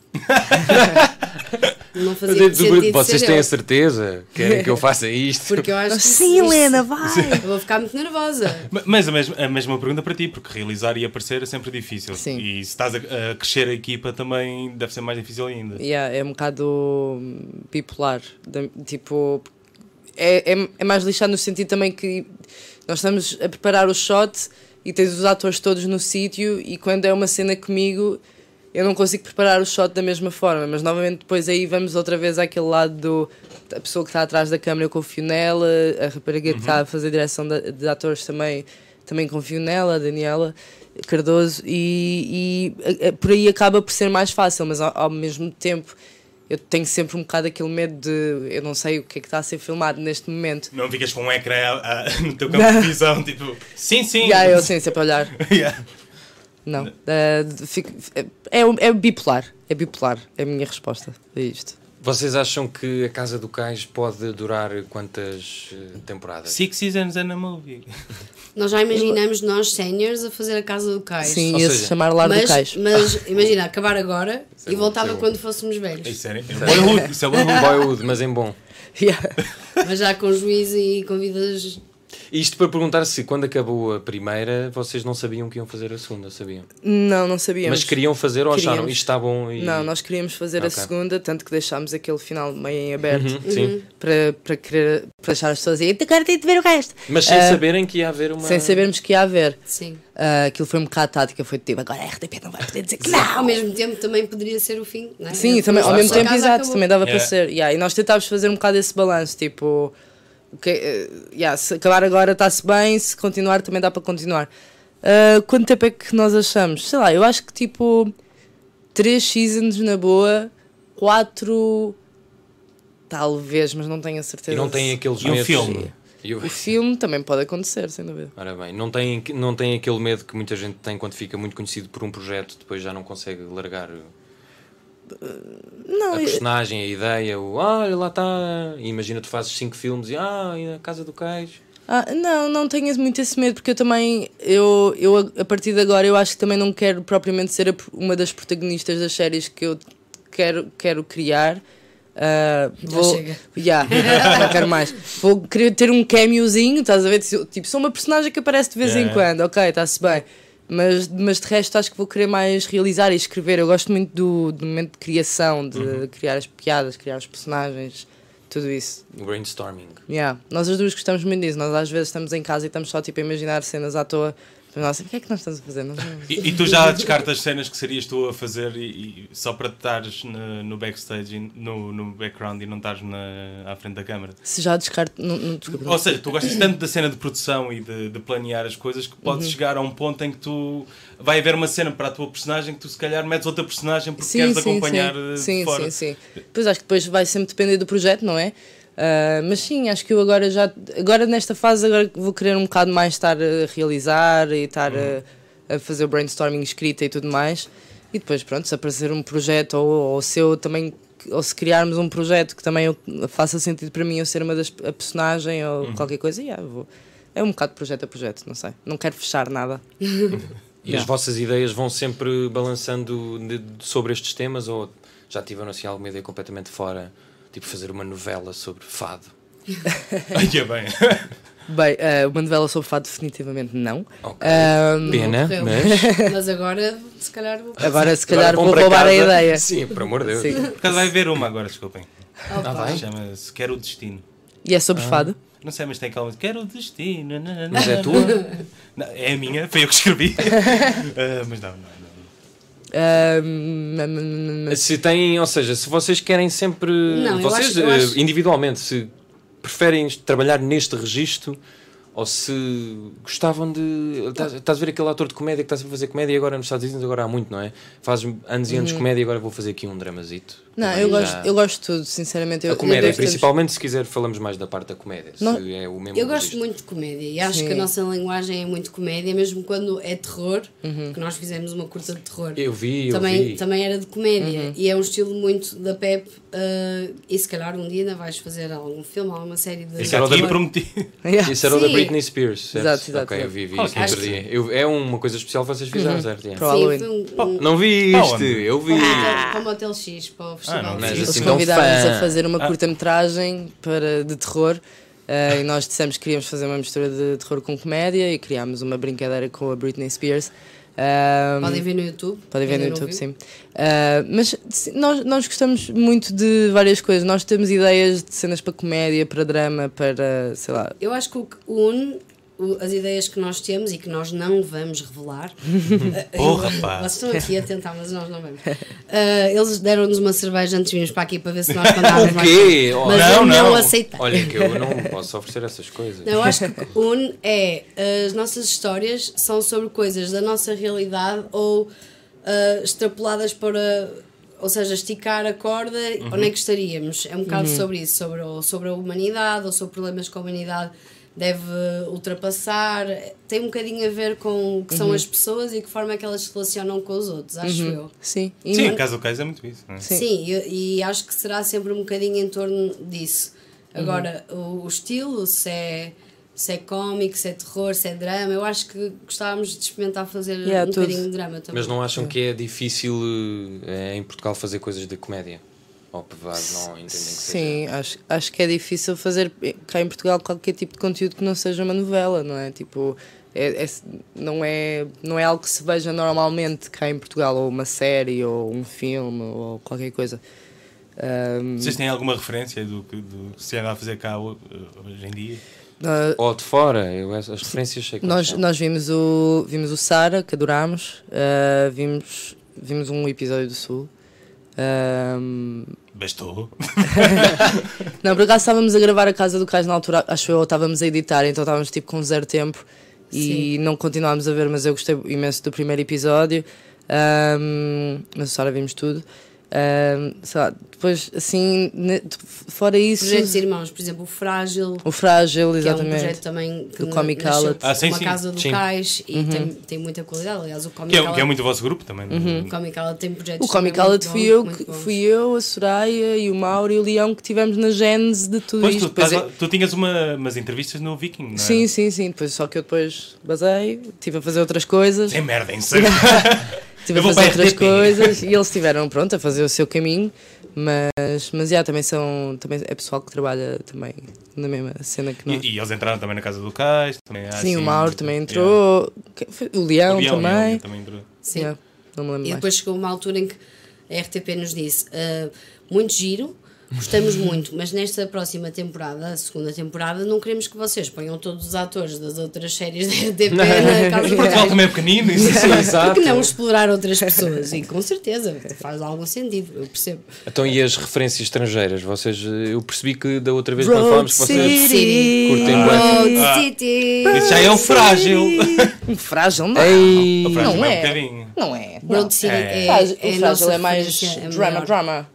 D: não fazia
B: Dentro do
D: sentido
B: grupo, vocês
D: ser
B: têm
D: eu.
B: a certeza? Querem que eu faça isto?
D: [LAUGHS] Porque eu acho que se isto-
C: vai!
D: [LAUGHS] Eu vou ficar muito nervosa.
A: Ma- Mas a mesma, a mesma pergunta para ti, porque realizar e aparecer é sempre difícil.
C: Sim.
A: E se estás a, a crescer a equipa também deve ser mais difícil ainda.
C: Yeah, é um bocado hum, bipolar. da- tipo, é, é, é mais lixado no sentido também que nós estamos a preparar o shot e tens os atores todos no sítio e quando é uma cena comigo eu não consigo preparar o shot da mesma forma, mas novamente depois aí vamos outra vez àquele lado do a pessoa que está atrás da câmera eu confio nela, a rapariga que está a fazer direção de, de atores também, também confio nela, a Daniela Cardoso, e, e a- a- por aí acaba por ser mais fácil, mas ao- ao mesmo tempo eu tenho sempre um bocado aquele medo de eu não sei o que é que está a ser filmado neste momento.
A: Não ficas com um ecrã ah, no teu campo de visão, tipo, sim, sim.
C: E aí eu sem sempre a olhar.
A: Yeah.
C: Não. Eh, de- fico- é, é bipolar. É bipolar. É a minha resposta a isto.
B: Vocês acham que a Casa do Cais pode durar quantas eh, temporadas?
C: [LAUGHS]
A: Six seasons and a movie.
D: Nós já imaginamos nós, séniores, a fazer a casa do cais.
C: Sim,
B: Ou
C: ia-se
B: seja,
C: chamar Lar do
D: Mas,
C: Cais.
D: mas imagina, acabar agora
B: é
D: e
B: bom, isso
D: voltava
B: é bom.
D: quando fôssemos velhos.
A: É sério? É Bollywood, isso é Bollywood.
B: Boyhood, mas em bom.
C: [LAUGHS] Yeah.
D: Mas já com juízo e com vidas.
B: Isto para perguntar se quando acabou a primeira vocês não sabiam que iam fazer a segunda, sabiam?
C: Não, não sabíamos.
B: Mas queriam fazer ou acharam
C: Queríamos.
B: isto está bom e.
C: Não, nós queríamos fazer
B: Ok.
C: a segunda, tanto que deixámos aquele final meio em aberto
B: Uhum, Sim.
C: para, para, querer, para deixar as pessoas aí. "Então Agora tenho de ver o resto.
B: Mas sem
C: Ah,
B: saberem que ia haver uma.
C: Sem sabermos que ia haver.
D: Sim.
C: Ah, aquilo foi um bocado tática, foi tipo, agora a RTP não vai poder dizer que
D: Ao
C: não.
D: mesmo tempo também poderia ser o fim. Não é?
C: Sim,
D: Eu-
C: também, ao
D: Mas
C: mesmo
D: por
C: tempo,
D: acaso
C: exato,
D: acabou.
C: também dava
A: Yeah.
C: para ser. Yeah, e nós tentávamos fazer um bocado esse balanço, tipo, o que, eh, yeah, se acabar agora está-se bem, se continuar também dá para continuar. Ah, quanto tempo é que nós achamos? Sei lá, eu acho que tipo, 3 seasons na boa, 4 talvez, mas não tenho a
B: E
C: certeza.
B: não têm
C: se-
B: aqueles
A: E um
B: medos.
A: filme?
B: E o-
C: O filme também pode acontecer, sem dúvida.
B: Ora bem, não tem, não tem aquele medo que muita gente tem quando fica muito conhecido por um projeto, depois já não consegue largar o- a
C: Não, eu-
B: personagem, a ideia, o ah, lá está. E Imagina tu fazes cinco filmes e ah, e a Casa do Cais.
C: Ah, não, não tenho muito esse medo, porque eu também, eu, eu a- a partir de agora, eu acho que também não quero propriamente ser a p- uma das protagonistas das séries que eu quero, quero criar. Ah, vou,
D: chega.
C: Já, [LAUGHS] não quero mais. Vou querer ter um cameozinho, estás a ver? Tipo, sou uma personagem que aparece de vez
A: Yeah.
C: em quando, ok, está-se bem. Mas, mas de resto, acho que vou querer mais realizar e escrever. Eu gosto muito do, do momento de criação, de criar as piadas, criar os personagens. tudo isso.
B: O brainstorming.
C: Yeah. Nós as duas gostamos muito disso. Nós às vezes estamos em casa e estamos só tipo, a imaginar cenas à toa. Nossa, o que é que nós estamos a fazer? Nós não-
A: E, e tu já descartas cenas que serias tu a fazer e, e só para estares no, no backstage, e no, no background e não estares na- à frente da câmara.
C: Se já descarto. Não, não, desculpa, não.
A: Ou seja, tu gostas tanto da cena de produção e de, de planear as coisas que podes
C: Uhum.
A: chegar a um ponto em que tu vai haver uma cena para a tua personagem que tu se calhar metes outra personagem porque queres acompanhar eh, de
C: sim,
A: fora.
C: sim, sim. Pois acho que depois vai sempre depender do projeto, não é? Ah, mas sim, acho que eu agora já agora nesta fase agora vou querer um bocado mais estar a realizar e estar a, a fazer o brainstorming escrita e tudo mais e depois pronto, se aparecer um projeto ou, ou se eu também ou se criarmos um projeto que também eu- faça sentido para mim eu ser uma das a personagem ou
A: Uhum.
C: qualquer coisa, yeah, eu vou. é um bocado de projeto a projeto, não sei, não quero fechar nada
B: E as vossas ideias vão sempre balançando de- de- sobre estes temas ou já tiveram assim alguma ideia completamente fora? Tipo fazer uma novela sobre fado.
A: Olha
C: [LAUGHS]
A: bem.
C: bem, ah, uma novela sobre fado definitivamente não
B: Ok.
C: Ah,
B: Pena,
D: Morreu.
B: É, mas.
D: [LAUGHS] Mas agora, se calhar, vou.
C: Agora, [LAUGHS] se
B: Agora
C: calhar,
B: vão
C: vou
B: para
C: roubar a
B: casa.
C: ideia.
B: Sim, por amor de Deus.
C: Sim.
A: Por acaso vai haver uma agora, desculpem.
C: Ah,
D: Opa.
B: vai.
A: Chama-se Quero o Destino.
C: E é sobre fado?
A: Não sei, mas tem calma. Quero o destino. na, na, na,
B: Mas é
A: na,
B: tua?
A: na. É a minha, foi eu que
C: [LAUGHS]
A: escrevi. Ah, mas não, não, não.
C: Ahm, hum, hum, hum,
B: Se têm, ou seja, se vocês querem sempre.
D: Não, eu
B: vocês
D: acho- eu
B: eh,
D: acho-
B: individualmente, se preferem trabalhar neste registro ou se gostavam de. Estás estás a ver aquele ator de comédia que está sempre a fazer comédia e agora nos Estados Unidos, agora há muito, não é? Faz anos e anos de
D: Uhum.
B: comédia e agora vou fazer aqui um dramazito.
C: Não,
B: Também
C: eu
B: já-
C: gosto, eu gosto de tudo, sinceramente. Eu,
B: A comédia,
C: eu gosto de todos.
B: principalmente se quiser, falamos mais da parte da comédia. se
C: Não-
B: é o mesmo
D: Eu gosto
B: registro.
D: muito de comédia e acho
C: Sim.
D: que a nossa linguagem é muito comédia, mesmo quando é terror,
C: Uhum.
D: que nós fizemos uma curta de terror.
B: Eu vi, eu
D: também,
B: vi.
D: também era de comédia
C: Uhum.
D: e é um estilo muito da Pep. eh, e se calhar um dia ainda vais fazer algum filme, alguma série de.
A: Isso era o da
D: terror.
A: prometi.
C: [LAUGHS] Yeah.
B: Isso era o da
D: Sim.
B: Britney Spears, certo?
C: Exato, exato,
B: Ok, eu vi, vi
A: exato.
B: isso no outro
D: Acho que-
B: dia. Eu- é uma coisa especial que vocês
D: Uhum.
B: fizeram, certo? Yeah.
C: Pro
D: Sim,
C: Halloween.
D: foi um, um,
B: Não vi
A: Para
B: isto,
A: onde?
B: eu vi.
D: para o Motel X, para o
A: Ah,
D: Festival.
A: não,
D: de
A: mas
D: X.
B: isso-
C: Eles
B: Assim, não
C: convidaram-nos
B: fã. Ah.
C: a fazer uma curta-metragem para- de terror ah, e nós dissemos que queríamos fazer uma mistura de terror com comédia e criámos uma brincadeira com a Britney Spears. Ahm,
D: Podem ver no YouTube.
C: Podem ver no
D: Ainda não
C: YouTube,
D: viu?
C: sim. Ah, mas sim, nós, nós gostamos muito de várias coisas. Nós temos ideias de cenas para comédia, para drama, para sei lá.
D: Eu acho que o que une o- as ideias que nós temos e que nós não vamos
A: [LAUGHS]
D: revelar.
A: Porra,
D: Eu-
A: pá.
D: Vocês estão aqui a tentar, mas nós não vamos. Ah, eles deram-nos uma cerveja antes de virmos para aqui para ver se
A: [LAUGHS]
D: nós contávamos
B: O
D: mais.
B: quê?
D: coisas.
B: Oh,
D: Mas
A: não,
D: eu não,
A: não.
D: aceitei.
B: Olha, que eu não posso oferecer essas coisas.
D: Não, Eu acho que o que une é as nossas histórias são sobre coisas da nossa realidade ou ah, extrapoladas para. Ou seja, esticar a corda onde é que estaríamos. É um bocado sobre isso, sobre, ou sobre a humanidade, ou sobre problemas que a humanidade deve ultrapassar. Tem um bocadinho a ver com o que são as pessoas e que forma é que elas se relacionam com os outros, acho eu.
C: Sim, e
A: Sim,
C: não-
A: a Casa do Cais é muito isso. não é?
C: Sim.
D: Sim, e, e acho que será sempre um bocadinho em torno disso.
C: Uhum.
D: Agora, o, o estilo, se é, se é cómico, se é terror, se é drama, eu acho que gostávamos de experimentar fazer
C: Yeah,
D: um
C: tudo.
D: bocadinho de drama também.
B: Mas não acham que é difícil eh, em Portugal fazer coisas de comédia? Ou apesar de não entendem que seja.
C: Sim, acho, acho que é difícil fazer cá em Portugal qualquer tipo de conteúdo que não seja uma novela, não é? Tipo, é, é- não, é, não é algo que se veja normalmente cá em Portugal, ou uma série, ou um filme, ou qualquer coisa. Ahm,
A: Vocês têm alguma referência do que do que se anda a fazer cá ho- eh, hoje em dia?
C: nó-
B: Ou de fora, eu, as as referências sei que
C: nós,
B: são.
C: nós vimos o, vimos o Sara, que adorámos, ah, vimos, vimos um episódio do Sul. Ahm,
A: Bastou.
C: Não, por acaso estávamos a gravar a Casa do Cais na altura, acho eu, ou estávamos a editar, então estávamos tipo com zero tempo e não continuámos a ver, mas eu gostei imenso do primeiro episódio. Ahm, mas Sara vimos tudo. Ahm, sei lá, depois assim, ne- de- fora isso,
D: Projetos Irmãos, por exemplo, o Frágil,
C: o Frágil,
D: que é um
C: exatamente.
D: projeto também que
C: Do
D: na-
C: Comic Uhum.
D: nasceu
C: Outlet.
A: Ah, sim,
D: com a
A: sim.
D: Casa do
B: Sim.
D: Cais e tem, tem muita qualidade. Aliás, o Comic
A: Que é,
D: Outlet,
A: que é muito o vosso grupo também.
C: Uhum.
D: o Comic Outlet tem projetos
C: o Comic
D: também
C: Outlet
D: muito
C: fui
D: bons,
C: eu,
D: muito
C: que-
D: bons.
C: fui eu, a Soraya e o Mauro e o Leão que tivemos na gênese de tudo
A: Pois tu,
C: isto. Pois
A: estás
C: é-
A: lá- tu tinhas uma, umas entrevistas no Viking, não é?
C: Sim, sim, sim. Depois, só que eu depois basei, estive a fazer outras coisas.
A: Sem É merda, em
C: [LAUGHS]
A: sério.
C: Estive
A: Eu
C: a
A: vou
C: fazer
A: para a
C: outras
A: RTP.
C: coisas e eles estiveram pronto a fazer o seu caminho, mas, mas já, também são também é pessoal que trabalha também na mesma cena que nós.
A: E, e eles entraram também na Casa do Cais. Também há,
C: Sim,
A: assim,
C: o Mauro também entrou, quem foi? o
A: yeah.
C: Leão
A: O Leão, o Leão
C: também. [LAUGHS]
A: entrou.
D: Sim.
C: Yeah, não me lembro
D: E
C: mais.
D: depois chegou uma altura em que a RTP nos disse: "Ah, muito giro,
A: [LAUGHS]
D: Gostamos muito, mas nesta próxima temporada, a segunda temporada, não queremos que vocês ponham todos os atores das outras séries da RTP
A: [LAUGHS]
D: na casa
A: Mas
D: de
A: Portugal
D: reais.
A: também é pequenino, isso
B: Sim,
C: [LAUGHS]
B: exato.
D: Porque não explorar outras pessoas? E com certeza, faz algum sentido, eu percebo.
B: Então, e as referências estrangeiras? Vocês, eh, eu percebi que da outra vez, quando
C: Road
B: falámos, que vocês.
C: City.
B: curtem
D: Road
A: Ah.
D: City!
A: Isso já é um
C: [LAUGHS]
A: frágil.
C: Um frágil não.
B: Ei.
A: O frágil
C: não
A: é um
C: é.
A: bocadinho.
C: não é.
D: Road
C: Não.
D: City é, é,
C: Frágil-
D: a
C: o
D: nossa
C: frágil é mais
D: referência, a
C: drama,
D: maior.
C: drama.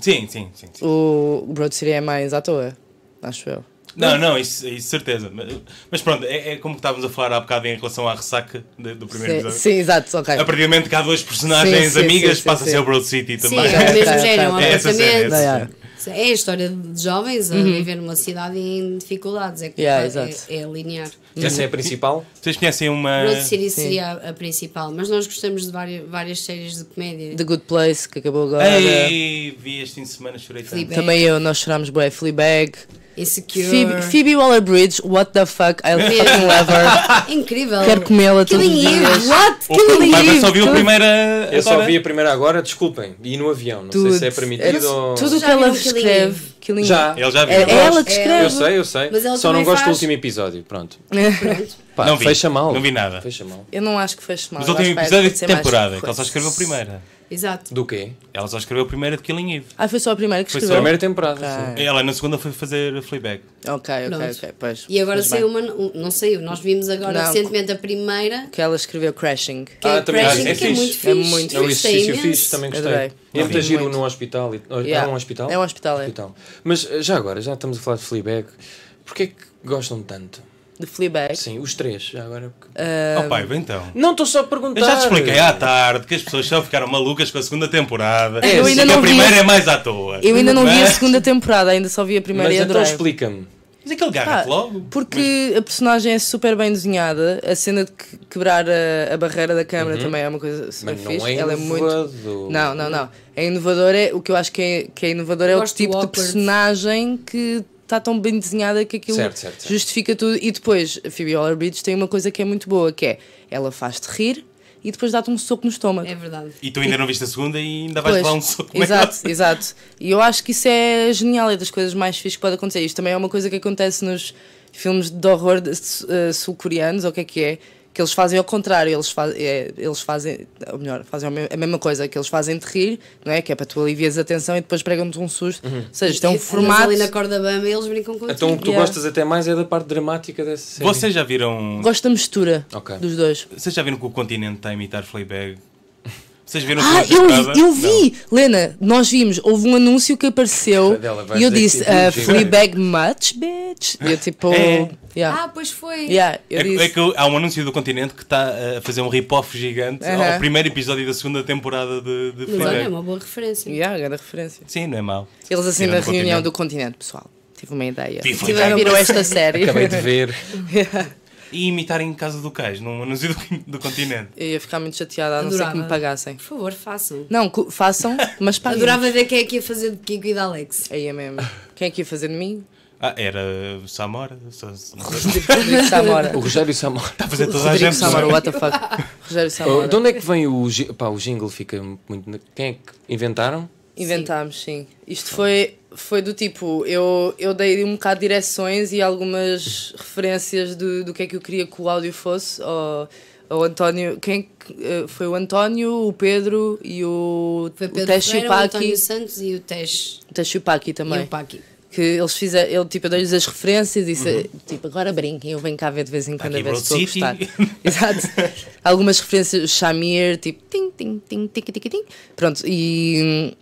A: Sim, sim, sim. sim.
C: O Broad City é mais à toa, acho eu.
A: Não, não, isso, isso certeza. Mas, mas pronto, é, é como estávamos a falar há bocado em relação à ressaca de- do primeiro
C: Sim,
A: episódio.
C: sim, exato, ok.
A: A partir do momento que há duas
C: Sim,
A: personagens
C: sim,
A: amigas,
C: sim, sim,
A: passa a
C: sim.
A: ser o Broad City
D: Sim,
A: também.
D: é o mesmo
C: Tá,
D: género, um
C: tá, tá.
A: Essa série,
D: apartamento.
A: essa
C: Yeah, yeah.
D: É a história de jovens a viver numa cidade em dificuldades, é, que
C: Uhum. Yeah,
D: é-
C: exato.
D: é linear.
B: Essa é a principal?
A: Vocês conhecem uma.
B: É,
D: Road City seria a, a principal, mas nós gostamos de várias, várias séries de comédia.
C: The Good Place, que acabou agora.
A: Ei, vi este fim de semana, chorei tanto.
D: Felipe.
C: É. Também eu, nós chorámos bué, Fleabag.
D: Insecure.
C: Phoebe, Phoebe Waller-Bridge, what the fuck, I fucking love her.
D: [LAUGHS] Ah, Incrível.
C: Quero comê-la todos os
D: Killing Eve,
C: dias.
D: what?
A: O Filipe
D: Killing Eve.
A: só viu a
C: tudo.
A: primeira.
B: Eu só
A: agora.
B: vi a primeira agora, desculpem. E no avião, não sei se é permitido
C: É
B: ou.
C: Tudo o que
D: Já
C: ela
D: viram Killing
C: escreve. Killing Eve.
B: Já.
A: Ele já viu.
C: É,
A: Eu
C: é ela
D: gosto.
C: que escreve.
B: Eu sei, eu sei.
D: Mas ele
B: Só não
D: também
B: gosto do
D: faz.
B: último episódio, pronto.
D: [LAUGHS]
B: Pá,
A: Não vi.
B: Fecha mal.
A: Não vi nada.
B: Fecha mal.
C: É. Eu não acho que fez mal.
A: Mas
C: eu
A: ele tem
C: acho
A: um
C: que vai
A: episódio de
C: acontecer mais
A: temporada, que ela
C: coisas.
A: só escreveu a primeira.
D: Exato.
B: Do quê?
A: Ela só escreveu a primeira de Killing Eve.
C: Ah, foi só a primeira que
A: Foi
C: escreveu?
B: Primeira temporada. sim.
A: Ela na segunda foi fazer Fleabag.
C: Ok, ok,
D: Pronto.
C: ok, pois.
D: E agora
C: Pois bem.
D: saiu uma. um- Não saiu, nós vimos agora
C: Não.
D: recentemente a primeira.
C: Que ela escreveu Crashing.
D: Que
B: Ah,
D: é
B: também
D: Crashing,
A: acho. É
D: que é
A: fixe.
D: muito
A: É
D: fixe.
C: muito
B: É um
D: Gostei
B: exercício
D: imenso.
B: fixe, também gostei.
C: Adorei.
B: É muito
A: Sim.
B: giro no hospital. e-
C: Yeah.
B: É um hospital?
C: É um hospital, é.
B: Mas eh, já agora, já estamos a falar de Fleabag, porquê é que gostam tanto?
C: De Fleabag. Eh,
B: Sim, os três, já agora. porque-
C: É.
A: Oh pai, bem então.
B: Não, estou só a perguntar.
A: Eu já te expliquei ah. à tarde que as pessoas só ficaram malucas com a segunda temporada.
C: Eu
A: e
C: ainda
A: que a
C: não vi.
A: primeira é mais à toa.
C: Eu ainda não vi a
A: Mas-
C: segunda temporada, ainda só vi a primeira
B: Mas
C: e
B: então
C: adorei.
B: explica-me.
A: Mas é que ele
C: Ah,
A: garra-te logo.
C: Porque a personagem é super bem desenhada, a cena de que- quebrar a, a barreira da câmara também é uma coisa super
B: Uhum. Mas não é
C: fixe. Ela é muito.
B: inovador.
C: Não, não, não. É inovador, é, o que eu acho que é, que é inovador é o
D: Gosto do
C: tipo de
D: awkward.
C: personagem que está tão bem desenhada que aquilo
B: Certo, certo, certo.
C: justifica tudo. E depois, a Phoebe Waller-Bridge tem uma coisa que é muito boa, que é ela faz-te rir e depois dá-te um soco no estômago.
D: É verdade.
A: E tu ainda não viste a segunda e ainda vais
C: Pois,
A: levar um soco.
C: Exato, exato. E eu acho que isso é genial, é das coisas mais fixas que pode acontecer. Isto também é uma coisa que acontece nos filmes de horror de- su- eh, sul-coreanos, ou o que é que é, que eles fazem ao contrário, eles, fa é, eles fazem, ou melhor, fazem a me- a mesma coisa, que eles fazem te rir, não é? Que é para tu alivias a tensão e depois pregam-te um susto.
A: Uhum.
C: Ou seja, isto é um
D: Andas
C: formato.
D: ali na corda bamba e eles brincam com
B: Então o que tu
C: Yeah.
B: gostas até mais é da parte dramática dessa série.
A: Vocês já viram.
C: Gosto da mistura
B: Ok.
C: dos dois.
A: Vocês já viram que o continente está a imitar Fleabag? Vocês
C: [LAUGHS]
A: viram a
C: Ah, eu,
A: segunda temporada?
C: eu vi! Lena, nós vimos, houve um anúncio que apareceu
B: Dela, vai
C: e eu
B: dizer
C: disse
B: que é
C: ah,
B: do Jim
C: Fleabag much, bitch! E eu tipo.
A: É.
C: yeah.
D: Ah, pois foi.
C: Yeah, eu
A: É, que-
C: disse.
A: é que eu- há um anúncio do continente que está uh, a fazer um rip-off gigante
C: Aham.
A: ao primeiro episódio da segunda temporada de, de
D: Mas olha, é
A: Fleabag.
D: uma boa referência.
C: Yeah, grande referência.
A: Sim, não é mau.
C: Eles assim
A: Sim,
C: na
A: do
C: reunião
A: Continente.
C: do continente, pessoal. Tive uma ideia.
A: Tive uma
C: Tiveram-
D: ideia.
C: viram esta série.
B: Acabei
C: [LAUGHS]
B: de ver.
A: E imitarem Casa do Cais num anúncio do, [LAUGHS] do continente.
C: Eu ia ficar muito chateada, a não ser
D: Adorava.
C: que me pagassem.
D: Por favor, façam.
C: Não, cu- façam, mas paguem.
D: Adorava ver quem é que ia fazer de Kiko e de Alex.
C: Aí é mesmo. Quem é que ia fazer de mim?
A: Ah, era o Samora. Só- só-
C: Rodrigo Samora.
B: O Rogério Samora.
A: Está a fazer toda a
C: Rodrigo
A: gente.
C: Samora, what the fuck.
A: [LAUGHS]
C: Rogério
B: Oh,
C: Samora.
B: De onde é que vem o, gi- pá, o jingle? Fica muito. na- Quem é que inventaram?
C: Inventámos, sim. Isto foi, foi do tipo, eu, eu dei um bocado de direções e algumas referências do, do que é que eu queria que o áudio fosse. Ao, ao António, quem é que- eh, foi o António, o Pedro e o,
D: Foi
C: o
D: Pedro
C: Tesh e o
D: Pereira, o António
C: Paqui.
D: Santos e o Tesh.
C: O Tesh e o
D: E
C: Paqui
D: o
C: também.
D: Paqui.
C: Que eles fizeram, eu tipo, eu dei-lhes as referências e disse, tipo, agora brinquem, eu venho cá ver de vez em quando a
A: Paqui
C: ver se estou a
A: Road Tá City.
C: gostar. [LAUGHS] Exato. Algumas referências, Shamir, tipo, tim, tim, tim, tic, tic, tim. Pronto, e,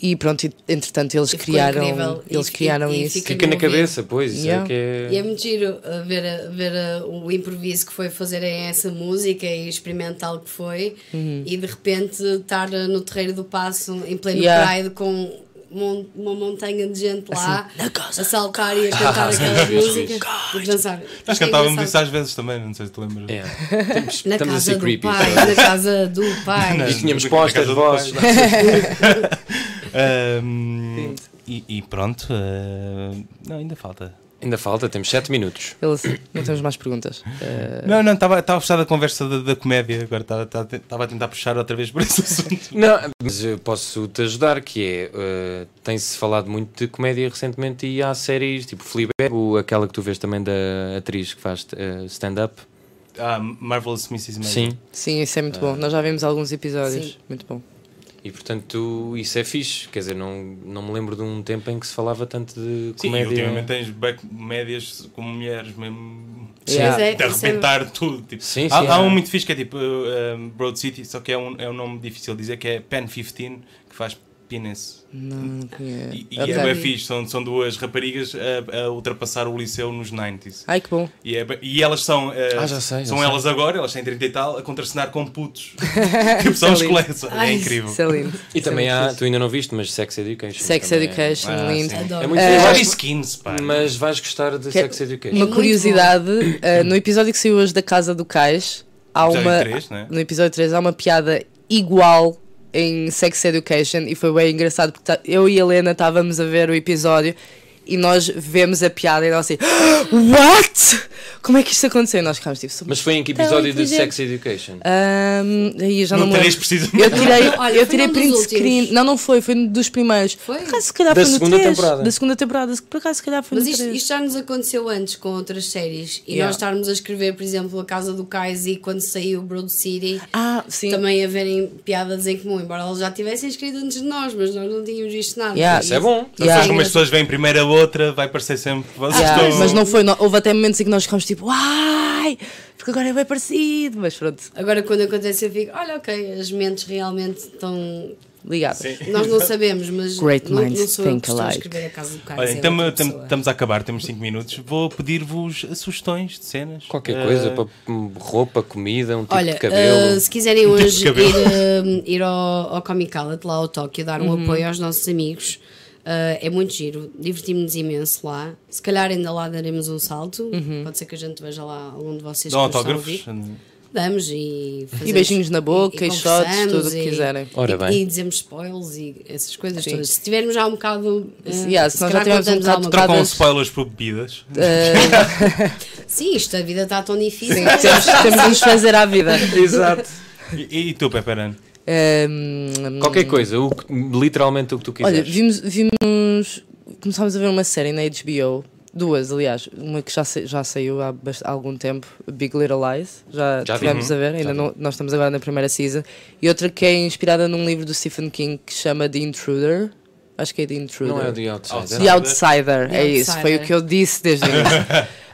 C: e pronto, e, entretanto eles
D: ficou
C: criaram,
D: incrível. E
C: eles
D: fi-
C: criaram
D: e
C: isso.
D: fica-
B: Fica na
D: não ouvi.
B: cabeça, pois. Isso
C: Yeah.
B: é que é.
D: E é muito giro uh, ver, a- ver a- o improviso que foi fazer a essa música e experimental que foi e de repente estar uh, no terreiro do passo em pleno
C: Yeah.
D: Pride com mon- uma montanha de gente lá
C: Assim, "Na casa
D: a saltar e a cantar
B: sim,
D: aquela
B: sim,
D: música e dançar.
A: Nós
D: Isto é
A: cantávamos isso
D: engraçado.
A: às vezes também, não sei se te lembras.
B: É.
D: na
B: Estamos a
D: casa
B: ser
D: do
B: creepy.
D: pai,
B: sabe?
D: na casa do pai.
B: E tínhamos
A: Na
B: postas,
A: casa do é?
B: vozes.
A: Ahm, e, e pronto. ah, não, ainda falta.
B: [LAUGHS] Ainda falta, temos 7 minutos.
C: Ele assim, não temos mais
A: [COUGHS]
C: perguntas. Eh, É.
A: Não, não, estava estava fechada a conversa da, da comédia, agora estava- estava estava a tentar puxar outra vez para esse [LAUGHS] assunto.
B: Não, mas eu posso te ajudar, que é, eh, tem-se falado muito de comédia recentemente e há séries, tipo Fleabag, ou aquela que tu vês também da atriz que faz eh, stand-up.
A: Ah, Marvelous Mrs. Maisel.
B: Sim.
C: Sim, isso é muito
A: Ah.
C: bom. Nós já vimos alguns episódios.
D: Sim.
C: Muito bom.
B: E portanto, isso é fixe. Quer dizer, não, não me lembro de um tempo em que se falava tanto de
A: Sim,
B: comédia.
A: e ultimamente tens back médias com mulheres mesmo
C: Sim.
D: Mas é-
A: de
D: isso é-
A: arrebentar tudo. Tipo.
B: Sim,
A: há,
B: sim,
A: há
B: é.
A: um muito fixe que é tipo uh, um, Broad City, só que é um, é um nome difícil de dizer, que é Pen 15, que faz penis.
C: Não, é.
A: E, e
C: Ok.
A: é bem fixe, são, são duas raparigas a, a ultrapassar o liceu nos 90s.
C: Ai que bom.
A: E, é bem- e elas são. eh,
B: Ah, já sei, já
A: são
B: sei.
A: elas agora, elas têm 30 e tal, a contracenar com
C: [LAUGHS]
A: putos. tipo, são
C: Isso é lindo.
A: esqueletos. É
D: Ai,
A: incrível.
C: Isso é
B: E
C: lindo. Isso é
B: também
C: muito
B: há,
C: fixe.
B: tu ainda não viste, mas Sex Education.
C: Sex
B: também é-
C: Education,
A: Ah,
C: lindo.
A: sim.
D: Adoro.
B: É muito
A: Eu
C: Eh,
B: fixe,
A: acho skins, pá.
B: mas vais gostar de
C: Que-
B: Sex Education.
C: Uma
D: bom.
C: curiosidade, eh, no episódio que saiu hoje da Casa do Cais, há
A: Episódio
C: uma.
A: três, né?
C: No episódio 3 há uma piada igual em Sex Education e foi bem engraçado porque tá- eu e a Helena estávamos a ver o episódio e nós vemos a piada e nós assim, What? Como é que isto aconteceu? E nós ficámos tipo,
B: Mas foi em que
C: Tão
B: episódio de
C: inteligente.
B: Sex Education?
C: Ahm, aí eu já
A: No
C: não, me lembro.
A: três, precisamente. [LAUGHS]
C: Eu tirei,
D: Olha, foi
C: eu tirei
D: num
C: print
D: dos
C: screen.
D: últimos.
C: Não, não foi, foi num dos primeiros.
D: Foi?
C: Por acaso, se calhar
B: Da
C: foi no
B: segunda
C: 3.
B: temporada.
C: Da segunda temporada. se- Por acaso, se calhar foi
D: Mas
C: no
D: isto,
C: 3.
D: isto já nos aconteceu antes com outras séries. E
C: Yeah.
D: nós estarmos a escrever, por exemplo, A Casa do Cais e quando saiu Broad City,
C: Ah, sim.
D: também haverem piadas em comum. Embora elas já tivessem escrito antes de nós, mas nós não tínhamos visto nada.
C: Yeah.
B: Isso é bom.
A: Então,
C: Yeah.
A: sabes como as pessoas veem primeiro a outra, vai parecer sempre. que Vocês
C: Yeah,
A: estão...
C: Ah, Mas não foi. no- Houve até momentos em que nós ficámos tipo, ai, porque agora é bem parecido. Mas pronto,
D: Agora, quando acontece, eu fico, olha, ok, as mentes realmente estão.
C: ligado.
D: Nós
A: [LAUGHS]
D: não sabemos, mas
C: Great
D: não,
C: minds
D: não sou eu
C: think
D: que estou a
C: alike.
D: escrever a casa do Cais.
A: Olha,
D: é
A: então,
D: outra
A: tam-
D: pessoa.
A: estamos a acabar, temos 5 minutos. Vou pedir-vos sugestões de cenas.
B: Qualquer
A: Eh,
B: coisa, pa- roupa, comida, um tipo
D: Olha,
B: de cabelo.
D: ah, se quiserem
A: de
D: hoje ir,
A: cabelo.
D: ah, ir ao, ao Comic Palette, lá ao Tóquio, dar
C: Uhum.
D: um apoio aos nossos amigos, ah, é muito giro, divertimos-nos imenso lá. Se calhar ainda lá daremos um salto,
C: Uhum.
D: pode ser que a gente veja lá algum de vocês
A: Dão
D: que nos estão a
A: autógrafos.
D: ouvir. Damos e fazemos,
C: E beijinhos na boca, e shots,
D: conversamos
C: tudo o que
D: e-
C: quiserem.
B: Ora
D: e,
B: bem.
D: e dizemos spoilers e essas coisas
C: Sim.
D: todas. Se tivermos já um bocado. ah,
C: Se- yeah, se nós já
D: calhar
C: tivermos um
D: contamos
C: bocado
D: alguma
C: tocado-
A: Trocam
C: Todas-
A: spoilers por bebidas.
C: Eh,
D: coisa. Sim, isto, a vida está tão difícil. é?
C: Temos, temos de nos fazer à vida.
B: Exato.
A: E, e tu, Pepperano?
C: Ahm,
B: Qualquer coisa, o que- literalmente o que tu quiseres.
C: Olha, vimos, vimos. Começámos a ver uma série na HBO, duas, aliás, uma que já, sa- já saiu há, bast- há algum tempo, Big Little Lies, já,
B: Já vi.
C: tivemos
B: Uhum.
C: a ver, ainda não, nós estamos agora na primeira season, e outra que é inspirada num livro do Stephen King que chama The Intruder. Acho que é The Intruder.
B: não é o The
A: Oh,
B: Outsider.
C: The Outsider,
D: The
C: é isso, foi o
D: Outsider.
C: que eu disse desde
B: [LAUGHS]
C: o início.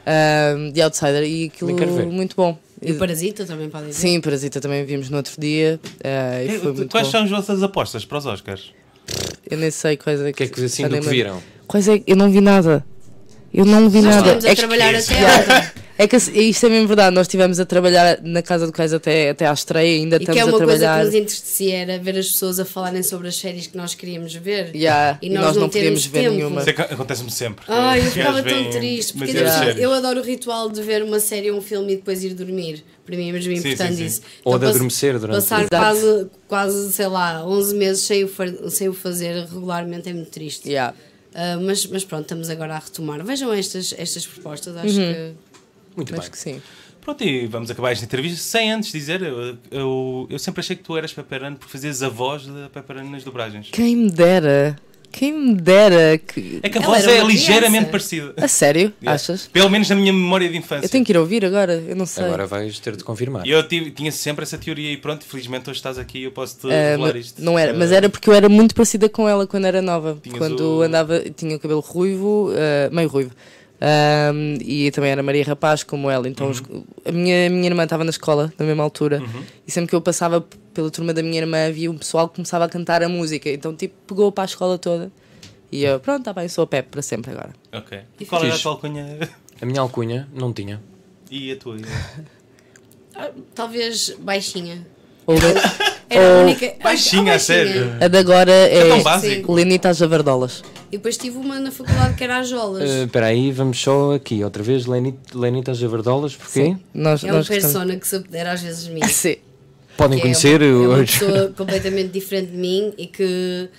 C: Ahm, The Outsider, e aquilo
B: Nem quero ver.
C: muito bom.
D: E o Parasita também pode dizer.
C: Sim, Parasita também vimos no outro dia. ah, e
A: Eh,
C: foi muito
A: Quais
C: bom.
A: são as vossas apostas para os Oscars?
C: Eu nem sei quais é
B: O que é que assim
C: já
B: do
C: nem
B: que
C: lembro.
B: viram?
C: Quais é que- eu não vi nada. Eu não vi
D: Nós
C: nada.
D: estamos a
C: É que,
D: trabalhar
A: que-
D: até
A: Yeah.
D: agora.
C: é que assim, isto é mesmo verdade. Nós estivemos a trabalhar na casa do Cais até, até à estreia, ainda
D: E
C: estamos
D: que é uma
C: a trabalhar.
D: coisa que nos entristecia era ver as pessoas a falarem sobre as séries que nós queríamos ver.
C: Yeah, e nós não podíamos
D: termos
C: ver
D: tempo.
C: nenhuma.
A: Isso é que acontece-me sempre.
D: Ai, eu
A: Os
D: ficava
A: gajos
D: tão
A: vêm é
D: triste, porque
A: demasiadas
D: eu-
A: séries.
D: eu adoro o ritual de ver uma série ou um filme e depois ir dormir. Para mim é mesmo
A: sim,
D: importante
A: sim.
D: isso. Então,
B: Ou de
D: pass-
B: adormecer durante-
D: Passar
C: Exato.
D: quase, quase, sei lá, 11 meses sem o, far- sem o fazer regularmente é muito triste.
C: Yeah.
D: Ah, mas, mas pronto, estamos agora a retomar. Vejam estas, estas propostas, acho
C: Uhum.
D: que.
B: Muito
C: Acho
B: bem.
C: que sim.
A: Pronto, e vamos acabar esta entrevista sem antes dizer. Eu, eu, eu sempre achei que tu eras Pepperano por fazeres a voz da Pepperano nas dobragens.
C: Quem me dera. Quem me dera que.
A: É que a
D: Ela
A: voz
D: era
A: é
D: uma
A: ligeiramente
D: criança.
A: parecida.
C: A sério?
A: Yeah.
C: Achas?
A: Pelo menos na minha memória de infância.
C: Eu tenho que ir ouvir agora, eu não sei.
B: É assim. Agora vais ter de confirmar.
A: E Eu tive- tinha sempre essa teoria e pronto, felizmente hoje estás aqui e eu posso te
C: Ah,
A: revelar
C: mas
A: isto.
C: Não era,
A: Ah,
C: mas era porque eu era muito parecida com ela quando era nova.
A: Tinhas
C: quando
A: o-
C: andava, tinha o cabelo ruivo, ah, meio ruivo. Ah, e também era Maria Rapaz como ela.
A: Uhum.
C: Então os- a, minha, a minha irmã estava na escola na mesma altura. E sempre que eu passava p- pela turma da minha irmã havia um pessoal que começava a cantar a música. Então tipo, pegou para a escola toda. E eu, pronto, está bem, sou a Pepe para sempre agora.
A: Ok. E qual era a
B: fixe.
A: tua alcunha [LAUGHS]
B: A minha alcunha não tinha.
A: e a tua?
D: ah, Talvez baixinha.
C: Ou de-
D: Era a única. ah,
A: Baixinha,
D: ah,
A: a sério.
C: a
A: [LAUGHS]
C: de agora é,
A: tão básico.
C: Lenita às Javardolas.
D: E depois tive uma na faculdade que era as Jolas.
B: Eh, Espera aí, vamos só aqui. Outra vez, Lenita, Lenita às Javardolas, porquê?
C: Nós,
D: é uma
C: nós gostamos-
D: persona que se apodera às vezes de mim.
C: [LAUGHS] Sim.
B: Podem
D: Que
B: conhecer
D: é uma, é uma
B: hoje.
D: pessoa ehm, completamente diferente de mim e que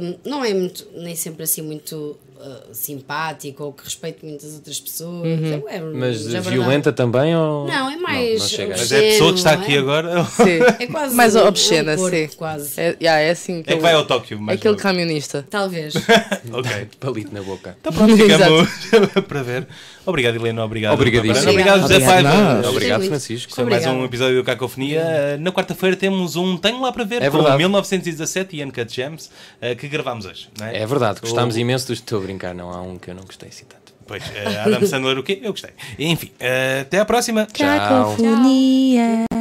D: hum, não é muito, nem sempre assim muito ah, simpático ou que respeite muitas outras pessoas.
C: Uhum.
D: É, é um
B: [LAUGHS] Mas
D: jabardão.
B: violenta também? Ou...
D: Não, é mais
B: Não, não chega a
A: Mas é a pessoa que está
D: não é?
A: aqui agora [LAUGHS]
C: Sim.
D: [LAUGHS] É quase
C: mais
D: um- um
C: obscena,
D: porco,
C: sim.
D: quase.
C: É, yeah, é
A: é
C: assim.
A: que
C: aquele-
A: vai ao Tóquio. Mais
C: Aquele
A: logo.
C: camionista.
D: Talvez.
A: Ok.
B: é Palito na boca.
A: Então pronto, ficamos para ver. Obrigado, Helena. Obrigado.
B: Obrigadíssimo.
A: Bárbara. Obrigado, José
C: Obrigado.
A: Paiva.
C: Nada.
B: Obrigado,
D: muito.
B: Francisco.
A: Foi mais
D: Obrigada.
A: um episódio do Cacofonia. Na quarta-feira temos um Tenho Lá para Ver
B: É
A: com
B: verdade.
A: 1917 e Uncut Gems eh, que gravámos hoje. Não é?
B: É verdade, gostámos imenso dos. Estou a brincar, não há um que eu não gostei assim tanto.
A: Pois, eh, Adam Sandler, o quê? Eu gostei. Enfim, eh, até à próxima.
B: Tchau.
E: Cacofonia.